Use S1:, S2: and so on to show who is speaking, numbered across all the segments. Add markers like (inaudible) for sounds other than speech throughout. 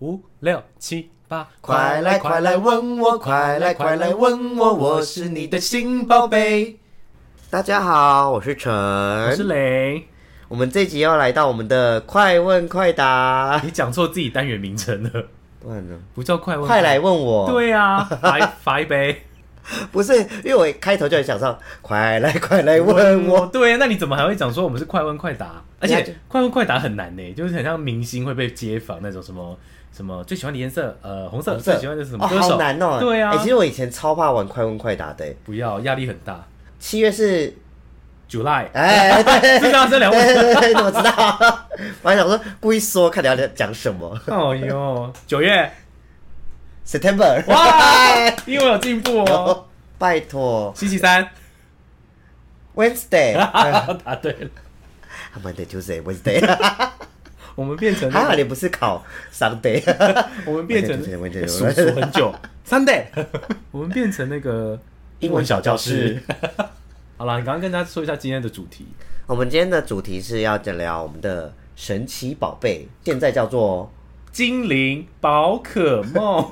S1: 五六七八，
S2: 快来快来吻我，快来快来吻我，我是你的新宝贝。大家好，我是陈，
S1: 我是雷。
S2: 我们这集要来到我们的快问快答，
S1: 你讲错自己单元名称了，
S2: 不然呢？
S1: 不叫快问，
S2: 快来问我，，
S1: 对啊，罚罚一杯。
S2: 不是因为我一开头就很想唱，快来快来问我，
S1: 对啊，那你怎么还会讲说我们是快问快答？而
S2: 人家
S1: 且
S2: 就
S1: 快问快答很难呢，就是很像明星会被街访那种什么什么最喜欢的颜色，呃，红色，最喜欢的是什么
S2: 哦，
S1: 歌手？
S2: 好难哦。
S1: 对啊
S2: 哎，其实我以前超怕玩快问快答的。哎
S1: 不要，压力很大。
S2: 七月是
S1: July，
S2: 哎，对
S1: 是这样，这两
S2: 对 (laughs)
S1: 位。
S2: 对对，你怎么知道？我还想说故意说，看你要讲什么。
S1: 哦哟，九月，
S2: September，
S1: 哇，因为有进步哦。
S2: 拜托
S1: 星期三，
S2: ，Wednesday，
S1: (laughs) 答对了，
S2: 他们的 (laughs) Tuesday，Wednesday，
S1: 我们变成
S2: 还好你不是考 Sunday，
S1: (laughs) 我们变
S2: Wednesday，
S1: 成
S2: Wednesday，
S1: 数数很
S2: (laughs)
S1: 久，Sunday，我 (laughs) 们变成那个
S2: 英文小教室。
S1: 好啦，你刚刚跟大家说一下今天的主题，
S2: (laughs) 我们今天的主题是要聊我们的神奇宝贝，现在叫做
S1: 精灵宝可
S2: (laughs)
S1: 梦，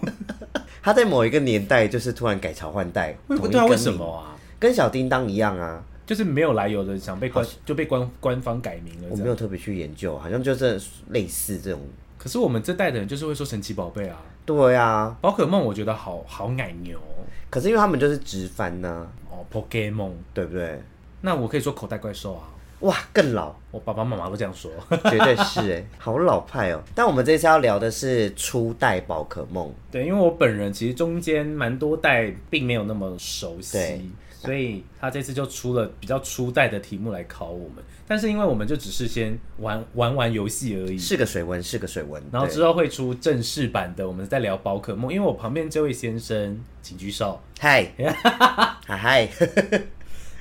S2: 它在某一个年代就是突然改朝换代，
S1: 我也不
S2: 统一
S1: 知道
S2: 更
S1: 为什
S2: 名
S1: 么啊，
S2: 跟小叮当一样啊，
S1: 就是没有来由的想被官就被官官方改名了
S2: 我
S1: 这样。
S2: 没有特别去研究，好像就是类似这种。
S1: 可是我们这代的人就是会说神奇宝贝啊，
S2: 对啊，
S1: 宝可梦我觉得好好奶牛哦
S2: 可是因为他们就是直翻呐、
S1: 哦，Pokemon，
S2: 对不对？
S1: 那我可以说口袋怪兽啊，
S2: 哇，更老，
S1: 我爸爸妈妈都这样说。
S2: 绝对是哎、 (laughs) 好老派哦、但我们这次要聊的是初代宝可梦，
S1: 对，因为我本人其实中间蛮多代并没有那么熟
S2: 对
S1: 悉，所以他这次就出了比较初代的题目来考我们。但是因为我们就只是先玩玩玩游戏而已，
S2: 是个水文，是个水文。
S1: 嗯然后
S2: 对
S1: 之后会出正式版的，我们再聊宝可梦。因为我旁边这位先生，请举手，
S2: 嗨， (laughs) 嗨嗨，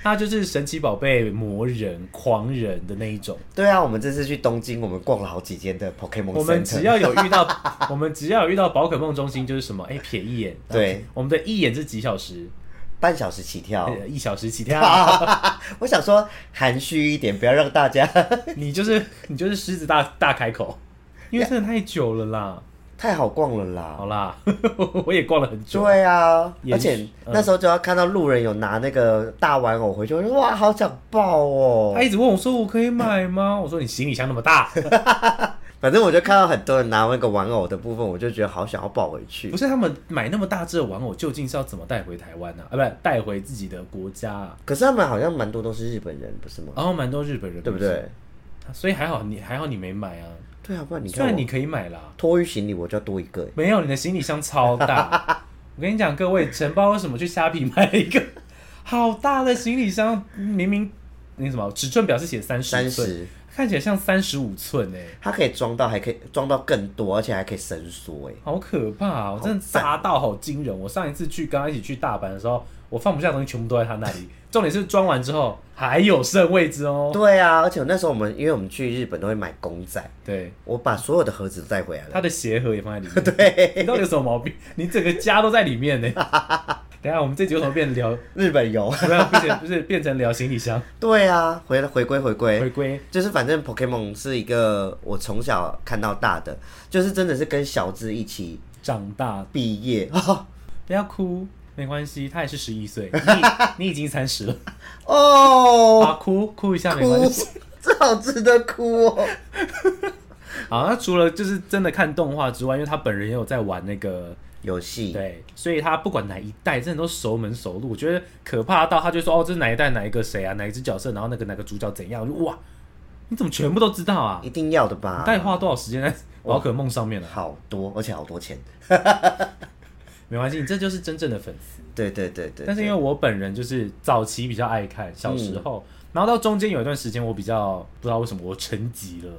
S1: 他就是神奇宝贝魔人、狂人的那一种。
S2: 对啊，我们这次去东京，我们逛了好几间的 Pokemon Center，
S1: 我们只要有遇到， (laughs) 我们只要有遇到宝可梦中心，就是什么，哎，瞥一眼。
S2: 对，
S1: 我们的一眼是几小时，
S2: 半小时起跳。
S1: 呃一小时起
S2: (laughs)
S1: 跳。
S2: 我想说含蓄一点，不要让大家 (laughs)
S1: 你就是你就是狮子大大开口，因为真的太久了啦。
S2: 太好逛了啦。
S1: 好啦， (laughs) 我也逛了很久。
S2: 对啊，
S1: 也
S2: 而
S1: 许
S2: 且那时候就要看到路人有拿那个大玩偶回去，我就哇，好想抱哦
S1: 他。一直问我说：“我可以买吗？”我说：“你行李箱那么大， (laughs)
S2: 反正我就看到很多人拿那个玩偶的部分，我就觉得好想要抱回去
S1: 不。是他们买那么大只的玩偶，究竟是要怎么带回台湾呢、啊？啊，不是带回自己的国家、啊。
S2: 可是他们好像蛮多都是日本人，不是吗？
S1: 然后蛮多日本人，
S2: 对不对？？
S1: 所以还好你还好你没买啊，
S2: 对啊，不然你
S1: 虽
S2: 看
S1: 然
S2: 我
S1: 你可以买啦，
S2: 托运行李，我就要多一个欸。
S1: 没有你的行李箱超
S2: (laughs)
S1: 大。我跟你讲，各位，承包为什么去虾皮买了一个好大的行李箱？明明那什么尺寸表是写三
S2: 三
S1: 十寸，
S2: 十，
S1: 看起来像三十五寸哎，
S2: 它可以装到，还可以装到更多，而且还可以伸缩。哎，
S1: 好可怕、啊！我真的
S2: 赞
S1: 砸到好惊人。我上一次去跟他一起去大阪的时候，我放不下的东西全部都在他那里。 (laughs) 重点是装完之后还有剩位置哦。
S2: 对啊，而且那时候我们，因为我们去日本都会买公仔，
S1: 对，
S2: 我把所有的盒子都带回来了。
S1: 他的鞋盒也放在里面。对，你到底有什么毛病？你整个家都在里面呢。等一下，我们这集为什么变聊？
S2: 日本游，
S1: 不要，不是不是变成聊行李箱
S2: (laughs) 对啊，回来回归回归，
S1: 回归。
S2: 就是反正 Pokemon 是一个我从小看到大的，就是真的是跟小智一起
S1: 长大，
S2: 毕业 (laughs)
S1: 不要哭，没关系，他也是十一岁，你你已经三十了，
S2: 哦，
S1: 啊，哭哭一下 (laughs) 没关
S2: 哭
S1: 系。，
S2: 这好值得哭哦。
S1: 好，那除了就是真的看动画之外，因为他本人也有在玩那个，
S2: 游戏，
S1: 对，所以他不管哪一代，真的都熟门熟路。我觉得可怕到他就说哦，这是哪一代哪一个谁啊，哪一只角色，然后那个哪个主角怎样，我就哇，你怎么全部都知道啊？
S2: 一定要的吧
S1: 你？到底花多少时间在宝可梦上面啊？
S2: 好多，而且好多钱。
S1: 没关系，你这就是真正的粉丝。
S2: 对对对对，
S1: 但是因为我本人就是早期比较爱看，小时候，
S2: 嗯
S1: 然后到中间有一段时间我比较不知道为什么我沉寂了，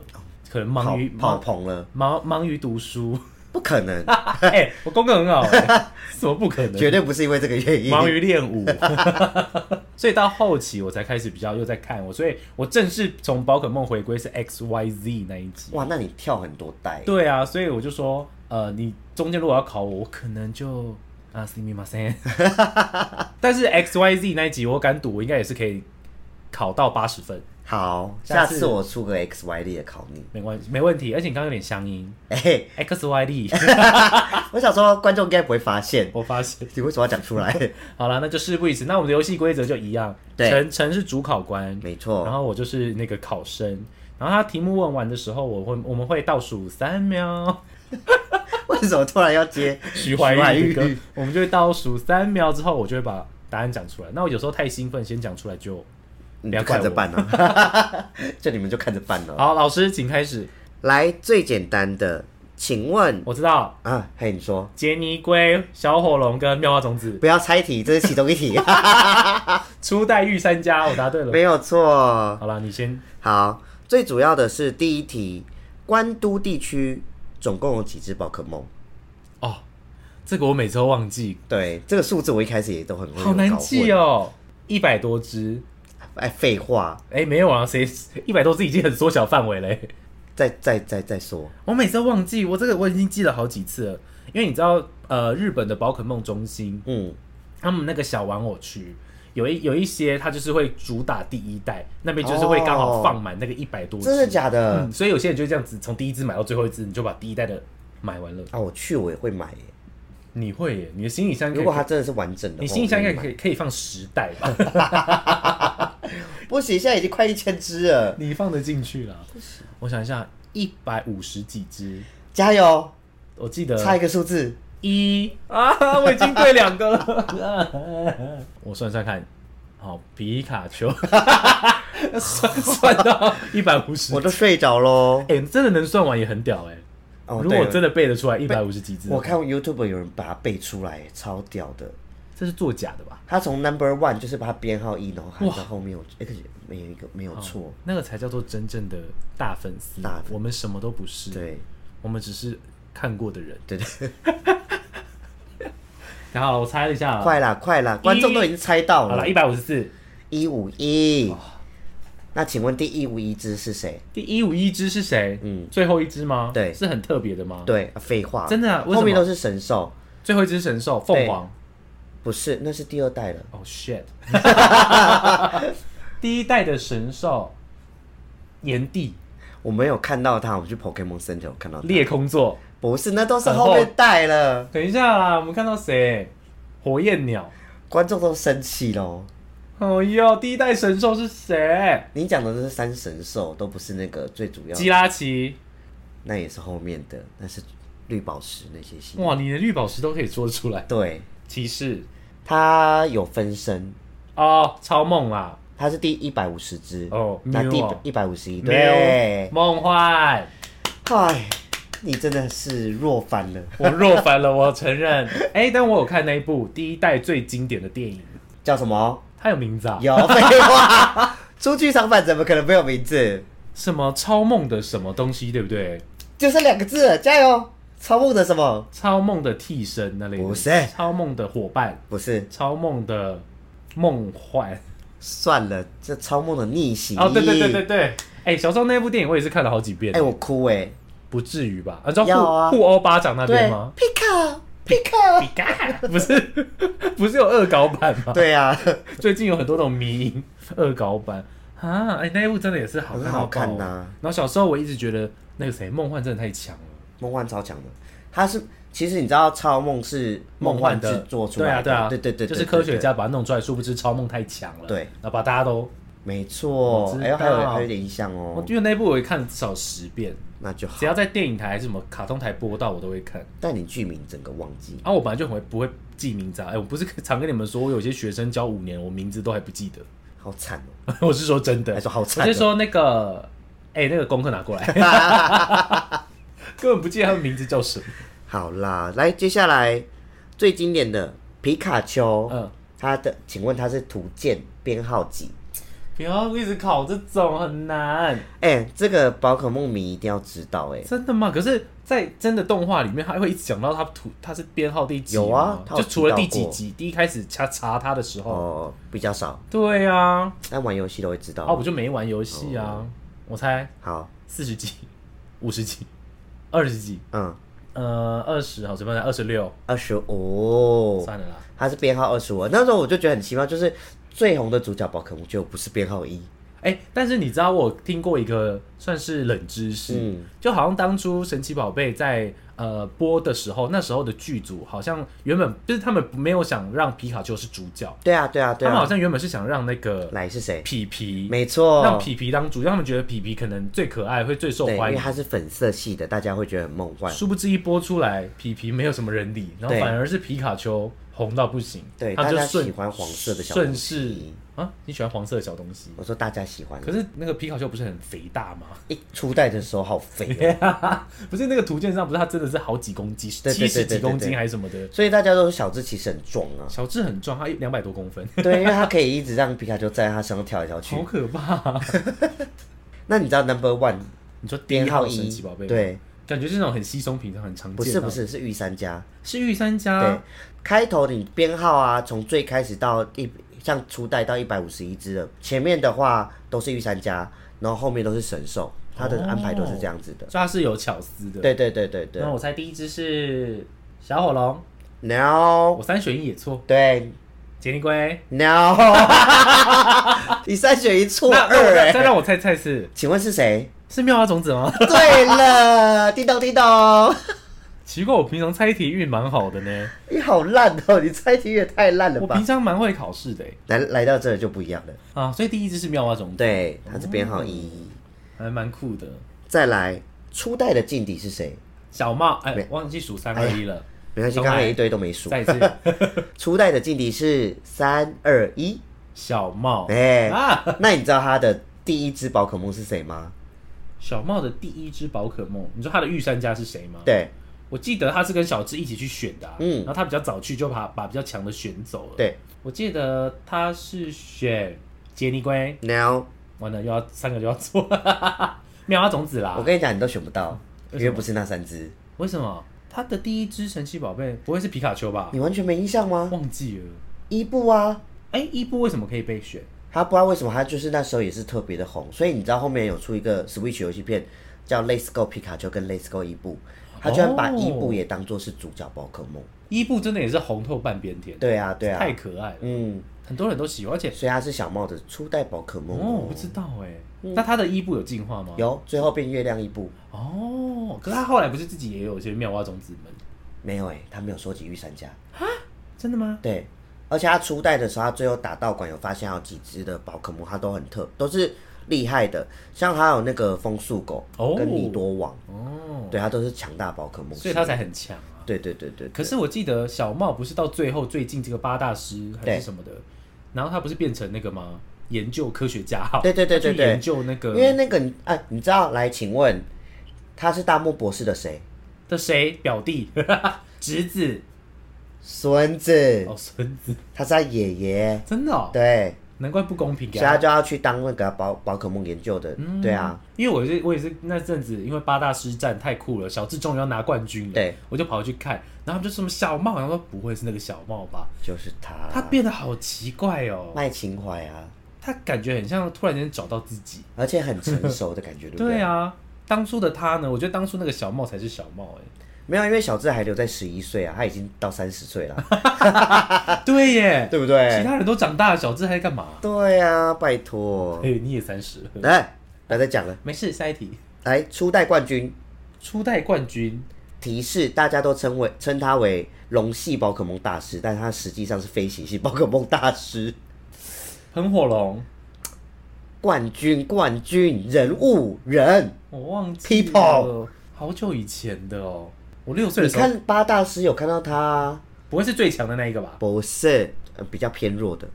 S1: 可能忙于
S2: 哦跑跑
S1: 忙
S2: 棚了，
S1: 忙忙于读
S2: (laughs)
S1: 书。
S2: 不可能，
S1: 哎、我功课很好、欸，怎么不可能？
S2: 绝对不是因为这个原因。
S1: 忙于练
S2: (laughs)
S1: 舞，所以到后期我才开始比较又在看我，所以我正式从宝可梦回归是 X Y Z 那一集。
S2: 哇，那你跳很多代，
S1: 对啊，所以我就说，呃，你中间如果要考我，我可能就啊 s i m i m a s
S2: (laughs)
S1: e 但是 X Y Z 那一集我敢赌，我应该也是可以考到八十分。
S2: 好，
S1: 下
S2: 下
S1: 次
S2: 次我出个 X Y 列考你。
S1: 没关系，没问题。而且你刚刚有点乡音
S2: 哎、
S1: ，X Y D，
S2: (laughs) 我想说观众应该不会发现，
S1: 我发现。
S2: 你为什么要讲出来？
S1: (laughs) 好了，那就事不宜迟。那我们的游戏规则就一样，
S2: 对
S1: 陈陈是主考官，
S2: 没
S1: 然
S2: 错，
S1: 后我就是那个考生。然后他题目问完的时候，我会我们会倒数三秒，
S2: 为什么突然要接
S1: (laughs) 徐怀钰的
S2: 徐
S1: 歌，我们就会倒数三秒之后，我就会把答案讲出来。那我有时候太兴奋，先讲出来就
S2: 你
S1: 不要
S2: 就
S1: 怪
S2: 看着
S1: 我 (laughs)
S2: 办啊，就你们就看着办了。
S1: 好。老师，请开始。
S2: 来，最简单的，请问
S1: 我知道
S2: 啊，嘿，你说，
S1: 杰尼龟、小火龙跟妙蛙种子，
S2: 不要猜题，这是其中一
S1: (laughs)
S2: 题，
S1: 初代御三家，我答对了。
S2: 没有错。
S1: 好了，你先。
S2: 好，最主要的是第一题，关都地区总共有几只宝可梦？
S1: 哦，这个我每次都忘记，
S2: 对，这个数字我一开始也都很
S1: 好难记
S2: 哦。
S1: 哦，一百多只。
S2: 哎，废话，
S1: 哎、没有啊，谁一百多只已经很缩小范围嘞。
S2: 再再再再说，
S1: 我每次都忘记，我这个我已经记了好几次了。因为你知道，呃，日本的宝可梦中心，
S2: 嗯，
S1: 他们那个小玩偶区有一有一些，它就是会主打第一代，那边就是会刚好放满那个一百多只。
S2: 哦真的假的？
S1: 嗯，所以有些人就这样子，从第一只买到最后一只，你就把第一代的买完了。
S2: 啊，我去我也会买耶。
S1: 你会耶？你的行李箱可
S2: 如
S1: 以
S2: 果哦它真的是完整的话，
S1: 你行李箱应
S2: 我
S1: 该
S2: 会买
S1: 可以可以放十袋
S2: (laughs)
S1: 吧？
S2: 不行，现在已经快一千只了，
S1: 你放得进去啦？我想一下，一百五十几只，
S2: 加油，
S1: 我记得
S2: 差一个数字。
S1: 一啊，我已经对两个了。 (laughs) 我算算看，好，皮卡
S2: (laughs)
S1: 丘，算算到一百五十
S2: 我，都睡着喽。
S1: 哎、真的能算完也很屌哎、
S2: 哦，
S1: 如果
S2: 对
S1: 真
S2: 了，
S1: 的背得出来一百五十几只，
S2: 我看 YouTube 有人把它背出来，超屌的。
S1: 这是作假的吧？
S2: 他从 Number One 就是把它编号一，然后喊
S1: 哇
S2: 到后面有，哎、可是没有一个没有错。
S1: 那个才叫做真正的大粉丝
S2: 大。粉
S1: 我们什么都不是，
S2: 对
S1: 我们只是看过的人。
S2: 对对，
S1: 然后我猜了一下，
S2: (laughs) 快啦快啦，观众都已经猜到
S1: 好
S2: 了
S1: 了，一，百五十四。
S2: 一五一。那请问第一五一只是谁？
S1: 第一五一只是谁？
S2: 嗯
S1: 最后一只吗？
S2: 对
S1: 是很特别的吗？，
S2: 对，啊废话，
S1: 真的啊为什么
S2: 后面都是神兽，
S1: 最后一只是神兽凤凰。
S2: 不是，那是第二代了。
S1: 哦、shit！第一代的神兽炎帝
S2: 我没有看到它，我去 Pokemon Center 有看到它。
S1: 裂空座。
S2: 不是，那都是后面带了，
S1: 等一下啦，我们看到谁？火焰鸟。
S2: 观众都生气喽。
S1: 哦哟，第一代神兽是谁？
S2: 你讲的都是三神兽，都不是那个最主要的
S1: 基，拉奇。
S2: 那也是后面的，那是绿宝石那些系列。
S1: 哇，你的绿宝石都可以说出来。
S2: 对，
S1: 骑士。
S2: 它有分身，
S1: 哦，超梦啦。
S2: 它是第一百五十只
S1: 哦
S2: 那
S1: 喵
S2: 第
S1: 哦
S2: 一百五十一
S1: 喵
S2: 对，
S1: 梦幻。
S2: 哎，你真的是弱翻了，
S1: 我弱翻了，我承认。 (laughs) 哎、但我有看那一部第一代最经典的电影，
S2: 叫什么？
S1: 它有名字啊？
S2: 有废
S1: (laughs)
S2: 话，出剧场版怎么可能没有名字？
S1: 什么超梦的什么东西，对不对？
S2: 就剩两个字了，加油！超梦的什么？
S1: 超梦的替身那类的，
S2: 不是
S1: 超梦的伙伴，
S2: 不是，
S1: 超梦的梦幻。
S2: 算了，这超梦的逆袭。
S1: 哦，对对对对。对。哎、小时候那部电影我也是看了好几遍，
S2: 哎、我哭哎、
S1: 不至于吧？按照互
S2: 要啊
S1: 互殴巴掌那边
S2: 对
S1: 吗？
S2: 皮卡皮
S1: (laughs)
S2: 卡，
S1: 你干，不是不是有恶搞版吗？
S2: 对啊， (laughs)
S1: 最近有很多种迷音恶搞版啊，哎、那一部真的也是好看
S2: 很好看
S1: 到爆哦
S2: 呐
S1: 然后小时候我一直觉得那个谁梦幻真的太强了，
S2: 梦幻超强的，它是其实你知道超梦是梦幻
S1: 的
S2: 制作出来的，
S1: 对啊对啊，
S2: 对对对，
S1: 就是
S2: 对
S1: 科学，家把它弄出来，殊不知超梦太强了，
S2: 对，
S1: 然后把大家都，
S2: 没错
S1: 我，知
S2: 哎呦，还有
S1: 道
S2: 还有点印象
S1: 我
S2: 哦，
S1: 因为那一部我也看了至少十遍，
S2: 那就好
S1: 只。要在电影台还是什么卡通台播到我都会看。
S2: 但你剧名整个忘记，
S1: 啊，我本来就很会不会记名字啊，哎、我不是常跟你们说，我有些学生教五年，我名字都还不记得， (laughs)
S2: 好惨哦，
S1: 我是说真的
S2: 还，说好
S1: 我
S2: 惨
S1: 就
S2: 哦。
S1: 说那个，哎、那个功课拿过来，
S2: (laughs)
S1: 根本不记得他们名字叫什么。
S2: 好啦，来接下来最经典的皮卡丘，
S1: 嗯，
S2: 它的请问它是图鉴编号几？
S1: 不要一直考这种很难，
S2: 哎、这个宝可梦迷一定要知道哎、
S1: 真的吗？可是，在真的动画里面，他会一直讲到他图他是编号第几吗
S2: 有啊他有
S1: 就除了第
S2: 提
S1: 几
S2: 到过
S1: 集，第一开始查查他的时候，
S2: 哦，比较少，
S1: 对啊，
S2: 但玩游戏都会知道。
S1: 啊，我就没玩游戏啊，
S2: 哦
S1: 我猜
S2: 好，
S1: 四十集、五十集、二十集，
S2: 嗯，
S1: 呃，二十好，随便猜，二十六，
S2: 二十五，
S1: 算了啦。
S2: 它是编号二十五。那时候我就觉得很奇妙，就是最红的主角宝可梦就不是编号一，
S1: 哎、但是你知道我有听过一个算是冷知识，
S2: 嗯
S1: 就好像当初神奇宝贝在呃播的时候，那时候的剧组好像原本就是他们没有想让皮卡丘是主角，
S2: 对啊，对啊，对
S1: 他们好
S2: 啊。
S1: 像原本是想让那个
S2: 奶是谁？
S1: 皮皮，
S2: 没错，
S1: 让皮皮当主，让他们觉得皮皮可能最可爱，会最受
S2: 对，因
S1: 欢
S2: 为
S1: 迎。
S2: 它是粉色系的，大家会觉得很梦幻。
S1: 殊不知一播出来，皮皮没有什么人理，然后
S2: 对
S1: 反而是皮卡丘红到不行。
S2: 对
S1: 他就
S2: 大家
S1: 顺
S2: 喜欢黄色的小
S1: 顺
S2: 东
S1: 势
S2: 西
S1: 啊，你喜欢黄色的小东西。
S2: 我说大家喜欢，
S1: 可是那个皮卡丘不是很肥大吗？ (laughs)
S2: 一出代的时候好肥哦、
S1: 不是那个图鉴上不是它真的是好几公斤，
S2: 对
S1: 七
S2: 对对
S1: 十
S2: 对
S1: 几公斤
S2: 对
S1: 还是什么的。
S2: 所以大家都说小智其实很壮
S1: (laughs)
S2: 啊。
S1: 小智很壮，他两百多公分，
S2: 对，因为它可以一直让皮卡丘在他身上跳来跳去
S1: 好。可怕、
S2: 那你知道 Number One
S1: 你说第
S2: 编
S1: 号
S2: 号
S1: 神
S2: 一
S1: 奇宝贝，，
S2: 对，
S1: 感觉是那种很稀松平常、很常见。
S2: 不是不，是是御三家。
S1: 是御三
S2: 对
S1: 家。，
S2: 开头你编号啊，从最开始到一像初代到一百五十一只的，前面的话都是御三家，然后后面都是神兽，它的安排都是这样子的。
S1: 所以它是有巧思的。
S2: 对对对对对
S1: 那。我猜第一只是小火龙，
S2: No，
S1: 我三选一也错，
S2: 对
S1: 杰尼龟。 (laughs)
S2: No，你三选一错 (laughs)
S1: 那那我
S2: 二哎、
S1: 再让我猜猜是
S2: 请问是谁？
S1: 是妙蛙种子
S2: (laughs)
S1: 吗？
S2: 对了，叮咚叮咚。
S1: 奇怪，我平常猜题运蛮好的呢，
S2: 你好烂哦！你猜题也太烂了
S1: 我
S2: 吧
S1: 平！常蛮会考试的欸
S2: 来来到这就不一样了，
S1: 啊，所以第一只是妙蛙种子，
S2: 对，它是编号一、
S1: 哦还蛮酷的。
S2: 再来，初代的劲敌是谁？
S1: 小帽，哎
S2: 没，
S1: 忘记数三二
S2: 哎
S1: 一了，
S2: 没关系，
S1: 重哦
S2: 刚
S1: 来
S2: 刚有一堆都没数。
S1: 再一次
S2: (laughs) 初代的劲敌是三二一，
S1: 小帽
S2: 哎、
S1: 啊，
S2: 那你知道它的第一只宝可梦是谁吗？
S1: 小帽的第一只宝可梦，你说它的御三家是谁吗？，
S2: 对
S1: 我记得它是跟小智一起去选的、啊，嗯
S2: 嗯，
S1: 然后他比较早去就把把比较强的选走了。，
S2: 对
S1: 我记得他是选杰尼龟，
S2: ，Now
S1: 完了又要三个就要错， (laughs) 妙蛙种子啦
S2: 我。跟你讲，你都选不到，
S1: 为什么
S2: 因为不是那三只，
S1: 为什么？他的第一只神奇宝贝不会是皮卡丘吧
S2: 你？完全没印象吗？
S1: 忘记了。
S2: 伊布啊，
S1: 哎、伊布为什么可以被选？
S2: 他不知道为什么他就是那时候也是特别的红，所以你知道后面有出一个 Switch 游戏片叫《Let's Go 皮卡丘》跟《Let's Go 伊布》，他居然把
S1: 哦
S2: 伊布也当做是主角宝可梦。
S1: 伊布真的也是红透半边天，
S2: 对啊，对啊
S1: 太，可爱了，
S2: 嗯，
S1: 很多人都喜欢。而且，
S2: 所以他是小帽的初代宝可
S1: 哦，
S2: 梦
S1: 我不知道哎、那他的伊布有进化吗？。
S2: 嗯有最后变月亮伊布
S1: 哦，可是他后来不是自己也有一些妙蛙种子们？
S2: 没有哎、他没有收集御三家。
S1: 真的吗？
S2: 对，而且他初代的时候，他最后打道馆有发现有几只的宝可梦，它都很特，都是厉害的，像他有那个风速狗
S1: 哦
S2: 跟尼多王，
S1: 哦，
S2: 对，它都是强大宝可梦，
S1: 所以他才很强啊。
S2: 对对对对对
S1: 可是我记得小茂不是到最后最近这个八大师还是
S2: 对
S1: 什么的，然后他不是变成那个吗？研究科学家，
S2: 对对对
S1: 他去
S2: 对对
S1: 研究那
S2: 因
S1: 个
S2: 为那个你哎、你知道？来，请问他是大漠博士的谁？
S1: 的谁表弟 (laughs) 侄子
S2: 孙子，
S1: 哦孙子，
S2: 他是他爷爷。
S1: 真的哦，
S2: 对，
S1: 难怪不公平给
S2: 所以他
S1: 他。嗯
S2: 就要去当那个宝宝可梦研究的。对啊，
S1: 因为我是我也是那阵子，因为八大师战太酷了，小智终于要拿冠军了，
S2: 对，
S1: 我就跑去看，然后他们就什么小茂，然后说不会是那个小茂吧？
S2: 就是他啦。
S1: 他变得好奇怪哦，
S2: 卖情怀啊，
S1: 他感觉很像突然间找到自己。
S2: 而且很成熟的感觉，对不对？
S1: (laughs) 对啊，当初的他呢，我觉得当初那个小茂才是小茂哎、
S2: 没有，因为小智还留在十一岁啊，他已经到三十岁了，
S1: (laughs) 对耶，
S2: 对不
S1: 其
S2: 啊对？
S1: 他人都长大了，小智还在干嘛？ (laughs)
S2: 对啊，拜托
S1: 哎、，你也三十，
S2: 来，不要再讲了。
S1: 没事，下一题。
S2: 来，初代冠军
S1: 初代冠军
S2: 提示，大家都称为称他为龙系宝可梦大师，但他实际上是飞行系宝可梦
S1: (laughs)
S2: 大师。
S1: 喷火龙，
S2: 冠军，冠军，人物，人。
S1: 我忘记了
S2: People
S1: 好久以前的哦，我六岁
S2: 你
S1: 的时候，
S2: 看八大师有看到他啊，
S1: 不会是最强的那一个吧？
S2: 不是、呃比较偏弱的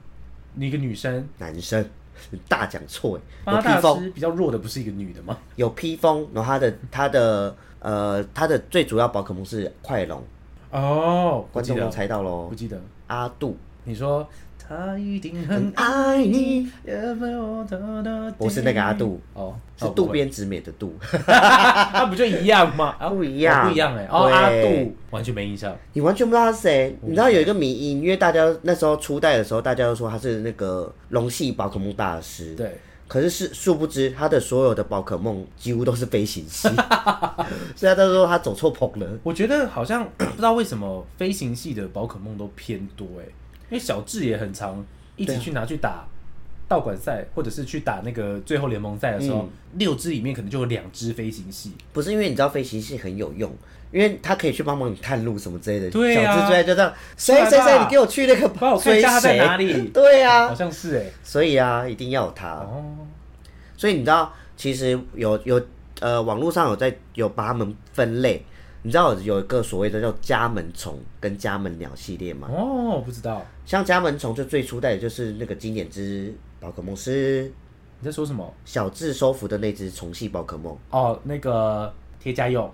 S1: 你一个女生，
S2: 男生，你大讲错哎，
S1: 八
S2: 有披
S1: 大
S2: 风，
S1: 师比较弱的不是一个女的吗？
S2: 有披风，然后他的他的呃他的最主要宝可梦是快龙，
S1: 哦，不
S2: 观
S1: 记
S2: 众都
S1: 得，
S2: 猜到喽
S1: 不，记得。
S2: 阿杜
S1: 你说他一定
S2: 很
S1: 很
S2: 爱你，
S1: 不
S2: 不是那个阿杜，
S1: 哦，
S2: 是
S1: 哦
S2: 渡，边直美的渡，
S1: (laughs) 那不就一样吗？啊
S2: (laughs) 不一样
S1: 哦不一样哎，哦，
S2: 对
S1: 阿杜完全没印象。
S2: 你完全不知道他是谁，
S1: 嗯
S2: 你知道有一个迷因，因为大家那时候初代的时候，大家都说他是那个龙系宝可梦大师，
S1: 对，
S2: 可是是殊不知，他的所有的宝可梦几乎都是飞行
S1: (laughs)
S2: 系，所以他都说他走错棚了。
S1: 我觉得好像 (coughs) 不知道为什么飞欸
S2: 啊
S1: 行系的宝可梦都偏多哎、因为小智也很常一直去拿去打道馆赛或者是去打那个最后联盟赛的时候，
S2: 嗯
S1: 六支里面可能就有两支飞行系，
S2: 不是因为你知道飞行器很有用，因为它可以去帮忙你探路什么之类的。
S1: 对啊
S2: 小蜘蛛在就这样，谁
S1: 帅吧
S2: 谁谁，你给我去那个
S1: 啊帮我看一
S2: 追
S1: 下他在
S2: 谁？
S1: 哪里
S2: 对啊
S1: 好，像是哎、
S2: 所以啊，一定要有它。
S1: 哦，
S2: 所以你知道，其实有有呃，网络上有在有把它们分类。你知道有一个所谓的叫家门虫跟家门鸟系列吗？
S1: 哦，不知道
S2: 像家门虫就最初代的就是那个经典之宝可梦是
S1: 你在说什么
S2: 小智收服的那只虫系宝可梦。
S1: 哦，那个贴家用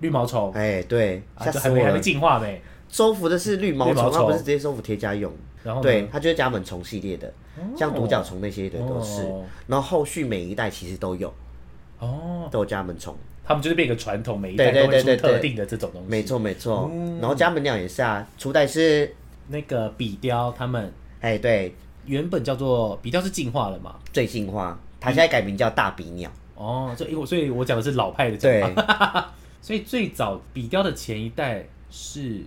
S1: 绿毛虫，
S2: 哎、对，
S1: 啊，
S2: 吓
S1: 就
S2: 死
S1: 还没
S2: 我
S1: 还没
S2: 了！
S1: 进化没，
S2: 收服的是绿毛
S1: 绿毛
S2: 虫，
S1: 虫
S2: 它不是直接收服贴家用。
S1: 然后呢
S2: 对，它就是家门虫系列的，像独角虫那些的都是。
S1: 哦
S2: 然后后续每一代其实都有
S1: 哦，
S2: 都有家门虫，
S1: 他们就是变一个传统，每一代
S2: 对对
S1: 都会
S2: 对
S1: 出
S2: 对对
S1: 特定的这种东西，
S2: 没错没错。
S1: 嗯
S2: 然后家门鸟也是啊，初代是
S1: 那个比雕他们
S2: 哎对
S1: 原本叫做比雕是进化了嘛？
S2: 最进化，它现在改名叫大鼻鸟。
S1: 哦，所以我所以我讲的是老派的讲 (laughs)
S2: 对
S1: 法。，所以最早比雕的前一代是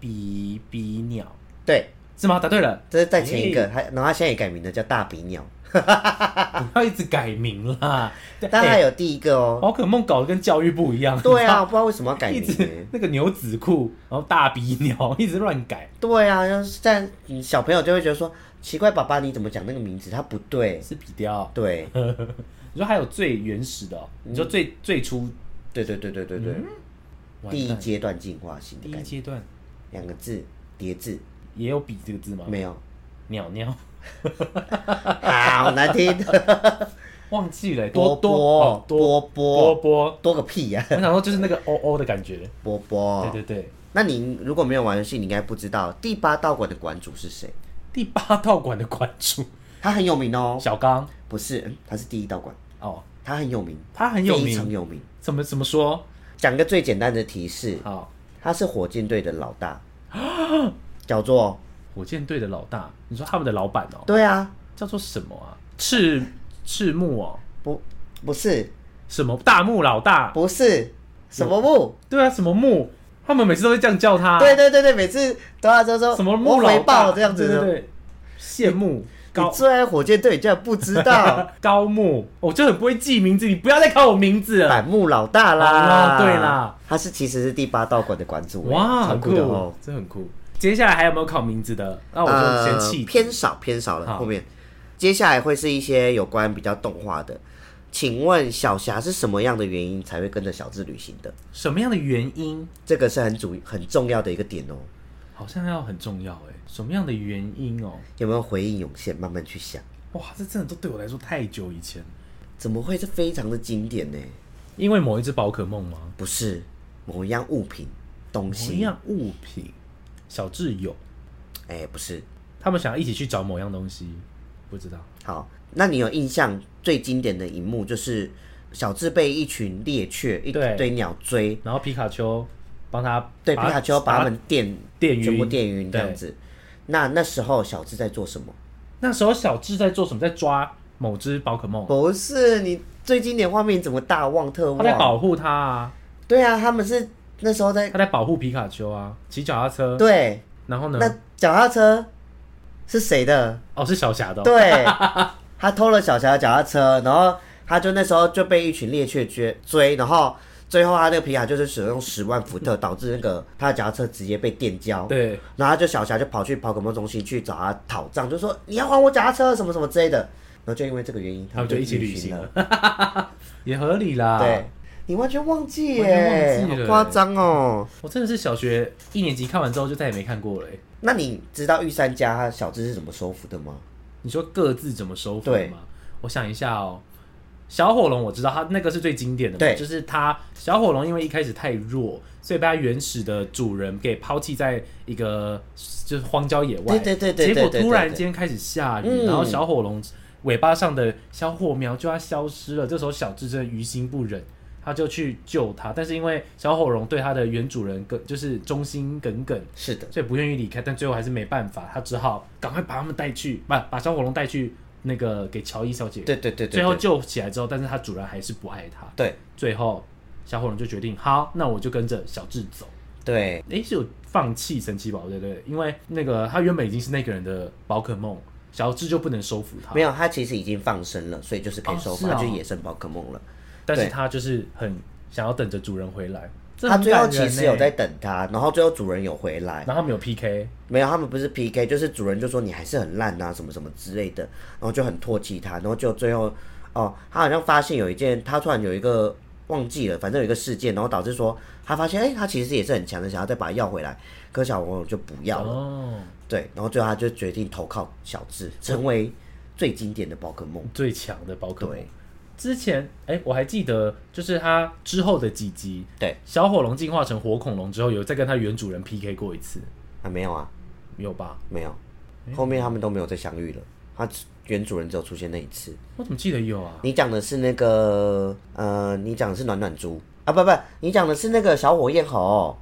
S1: 比比鸟，
S2: 对，
S1: 是吗？答对了，
S2: 这是在前一个，
S1: 哎
S2: 它然后它现在也改名了叫大鼻鸟，啊
S1: 不 (laughs) 要一直改名啦。对
S2: 但
S1: 哎
S2: 还有第一个哦。
S1: (laughs) 宝可梦搞得跟教育部一样，
S2: 对啊，不知道为什么要改
S1: 你
S2: 名
S1: 知道，一
S2: 欸
S1: 直。那个牛仔裤，然后大鼻鸟，一直乱改，
S2: 对啊，要是但嗯小朋友就会觉得说，奇怪，爸爸你怎么讲那个名字？它不对。
S1: 是比雕。 (laughs)
S2: 对，
S1: 你说还有最原始的哦、你
S2: 嗯
S1: 说最最初
S2: 对对对对对对，
S1: 嗯完
S2: 第一
S1: 蛋
S2: 阶段进化型的
S1: 第
S2: 感
S1: 一
S2: 觉，
S1: 阶段
S2: 两个字叠字
S1: 也有“比”这个字吗？(laughs)
S2: 没有，
S1: 鸟鸟
S2: 好难听。
S1: 忘记了，欸 (laughs)
S2: 波
S1: 多多哦
S2: 波
S1: 多
S2: 波
S1: 波
S2: 波
S1: 波，
S2: 多个屁呀，
S1: 我想说就是那个哦哦的感觉。
S2: 波波。
S1: 对对对，
S2: 那你如果没有玩游戏，你应该不知道第八道馆的馆主是谁，
S1: 第八道馆的馆主
S2: 他很有名哦。
S1: 小刚
S2: 不是，嗯他是第一道馆，
S1: 哦，
S2: 他很有名，
S1: 他很有
S2: 非常
S1: 名，
S2: 有名。
S1: 怎么怎么说？
S2: 讲个最简单的提示，
S1: 好，
S2: 他是火箭队的老
S1: (gasps)
S2: 大，叫做
S1: 火箭队的老大，你说他们的老板哦，
S2: 对啊，
S1: 叫做什么啊？赤赤木哦，
S2: 不不是
S1: 什么大木老大？
S2: 不是什么木？
S1: 对啊，什么木？他们每次都会这样叫他。
S2: 对对对对，每次都要就说
S1: 啊什么木
S2: 我
S1: 老
S2: 回
S1: 大
S2: 报这样子
S1: 对对
S2: 的。
S1: 对，羡慕
S2: 你
S1: 高
S2: 最爱火箭队，你居然不知
S1: (laughs)
S2: 道
S1: 高木，我就很不会记名字，你不要再考我名字了。
S2: 板木老大啦！
S1: 好啦啊对啦，
S2: 他是其实是第八道馆的馆主，欸
S1: 哇，
S2: 超
S1: 很
S2: 酷的哦。
S1: 这很酷。接下来还有没有考名字的？那我就先
S2: 呃，
S1: 弃
S2: 偏少偏少了。
S1: 好
S2: 后面接下来会是一些有关比较动画的。请问小霞是什么样的原因才会跟着小智旅行的？
S1: 什么样的原因？
S2: 这个是很主很重要的一个点哦。
S1: 好像要很重要哎，什么样的原因哦？
S2: 有没有回忆涌现？慢慢去想，
S1: 哇，这真的都对我来说太久以前。
S2: 怎么会是非常的经典呢？
S1: 因为某一只宝可梦吗？
S2: 不是某一样物品东
S1: 某
S2: 西，
S1: 一样物品，小智有，
S2: 哎、不是。
S1: 他们想要一起去找某样东西，不知道。
S2: 好，那你有印象最经典的一幕就是小智被一群猎雀一
S1: 对
S2: 堆鸟追，
S1: 然后皮卡丘帮他
S2: 对皮
S1: 把他
S2: 卡丘把他们电
S1: 电晕
S2: 全部电晕这样子。那那时候小智在做什么？
S1: 那时候小智在做什么？在抓某只宝可梦，
S2: 不是你最经典画面，你怎么大忘特
S1: 他在
S2: 忘？
S1: 保嗯护他啊，
S2: 对啊，他们是那时候在
S1: 他在保护皮卡丘啊，骑脚踏车。
S2: 对，
S1: 然后呢？
S2: 那脚踏车是谁的？
S1: 哦，是小霞的哦、
S2: 对， (laughs) 他偷了小霞的脚踏车，然后他就那时候就被一群猎雀追追，然后最后他那个皮卡就是使用十万伏特，导致那个他的脚踏车直接被电焦。
S1: 对，
S2: 然后他就小霞就跑去宝可梦中心去找他讨账，就说你要还我脚踏车什么什么之类的。然后就因为这个原因，
S1: 他们就一起旅行
S2: 了。
S1: 了，也合理啦。
S2: 对，，你完全忘记
S1: 完全
S2: 耶
S1: 忘记，
S2: 好
S1: 了
S2: 夸张哦。
S1: 我真的是小学一年级看完之后就再也没看过了欸。
S2: 那你知道御三家他小智是怎么收服的吗？
S1: 你说各自怎么收服
S2: 对
S1: 吗？我想一下哦。小火龙我知道，它那个是最经典的嘛，
S2: 对
S1: 就是它小火龙因为一开始太弱，所以被它原始的主人给抛弃在一个就是荒郊野外。
S2: 对对对对对
S1: 结果
S2: 对对
S1: 突然间开始下雨，
S2: 嗯
S1: 然后小火龙尾巴上的小火苗就要消失了。这时候小智真的于心不忍，他就去救它，但是因为小火龙对它的原主人耿就是忠心耿耿，
S2: 是的，
S1: 所以不愿意离开，但最后还是没办法，他只好赶快把他们带去，把把小火龙带去那个给乔伊小姐。
S2: 对对对对
S1: 最后
S2: 对
S1: 救起来之后，但是他主人还是不爱他。
S2: 对
S1: 最后小火龙就决定，好，那我就跟着小智走。
S2: 对
S1: 诶，是有放弃神奇宝，对不对？因为那个他原本已经是那个人的宝可梦，小智就不能收服它
S2: 没，有，它其实已经放生了，所以就是可以收
S1: 哦
S2: 服，
S1: 是
S2: 它
S1: 哦
S2: 就是野生宝可梦了。
S1: 但是
S2: 对
S1: 它就是很想要等着主人回来。这
S2: 它
S1: 很
S2: 最后
S1: 感
S2: 其
S1: 人
S2: 实
S1: 欸
S2: 有在，等它，然后最后主人有回来，
S1: 然后他们有 PK，
S2: 没有，他们不是 PK，就是主人就说你还是很烂啊，什么什么之类的，然后就很唾弃他，然后就最后，哦，他好像发现有一件，他突然有一个忘记了，反正有一个事件，然后导致说他发现，哎、他其实也是很强的，想要再把它要回来，可小朋友就不要了，
S1: 哦，
S2: 对，然后最后他就决定投靠小智，成为最经典的宝可梦，
S1: 最强的宝可梦
S2: 对。
S1: 之前哎、我还记得，就是它之后的几集，
S2: 对，
S1: 小火龙进化成火恐龙之后，有再跟它原主人 PK 过一次，
S2: 啊，没有啊，
S1: 有吧？
S2: 没有，后面他们都没有再相遇了，他原主人只有出现那一次。
S1: 我怎么记得有啊？
S2: 你讲的是那个呃，你讲的是暖暖猪啊，不不，你讲的是那个小火焰猴，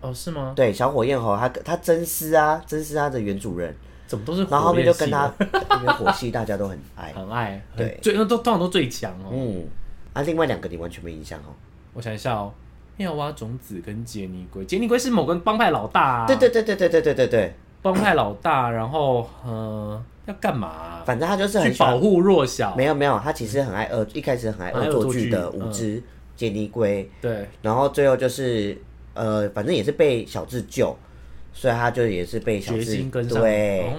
S1: 哦，是吗？
S2: 对，小火焰猴，它它真丝啊，真丝它的原主人，
S1: 怎么都是火
S2: 然后后面就跟
S1: 系的
S2: (laughs) 他因为火系大家都很爱，
S1: 很爱，很
S2: 对
S1: 最那都通常都最强哦。
S2: 嗯，啊，另外两个你完全没印象哦，
S1: 我想一下哦，妙蛙种子跟杰尼龟，杰尼龟是某个帮派老大、啊，
S2: 对对，对对对对对对对，
S1: 帮派老大，然后呃，要干嘛啊、
S2: 反正他就是很
S1: 去
S2: 喜欢
S1: 保护弱小，
S2: 没有没有，他其实很爱恶，一开始很爱恶作剧的
S1: 很爱恶作剧嗯
S2: 五只杰尼龟，
S1: 对，
S2: 然后最后就是呃，反正也是被小智救，所以他就也是被小
S1: 决
S2: 智
S1: 心跟上，
S2: 对。
S1: 哦，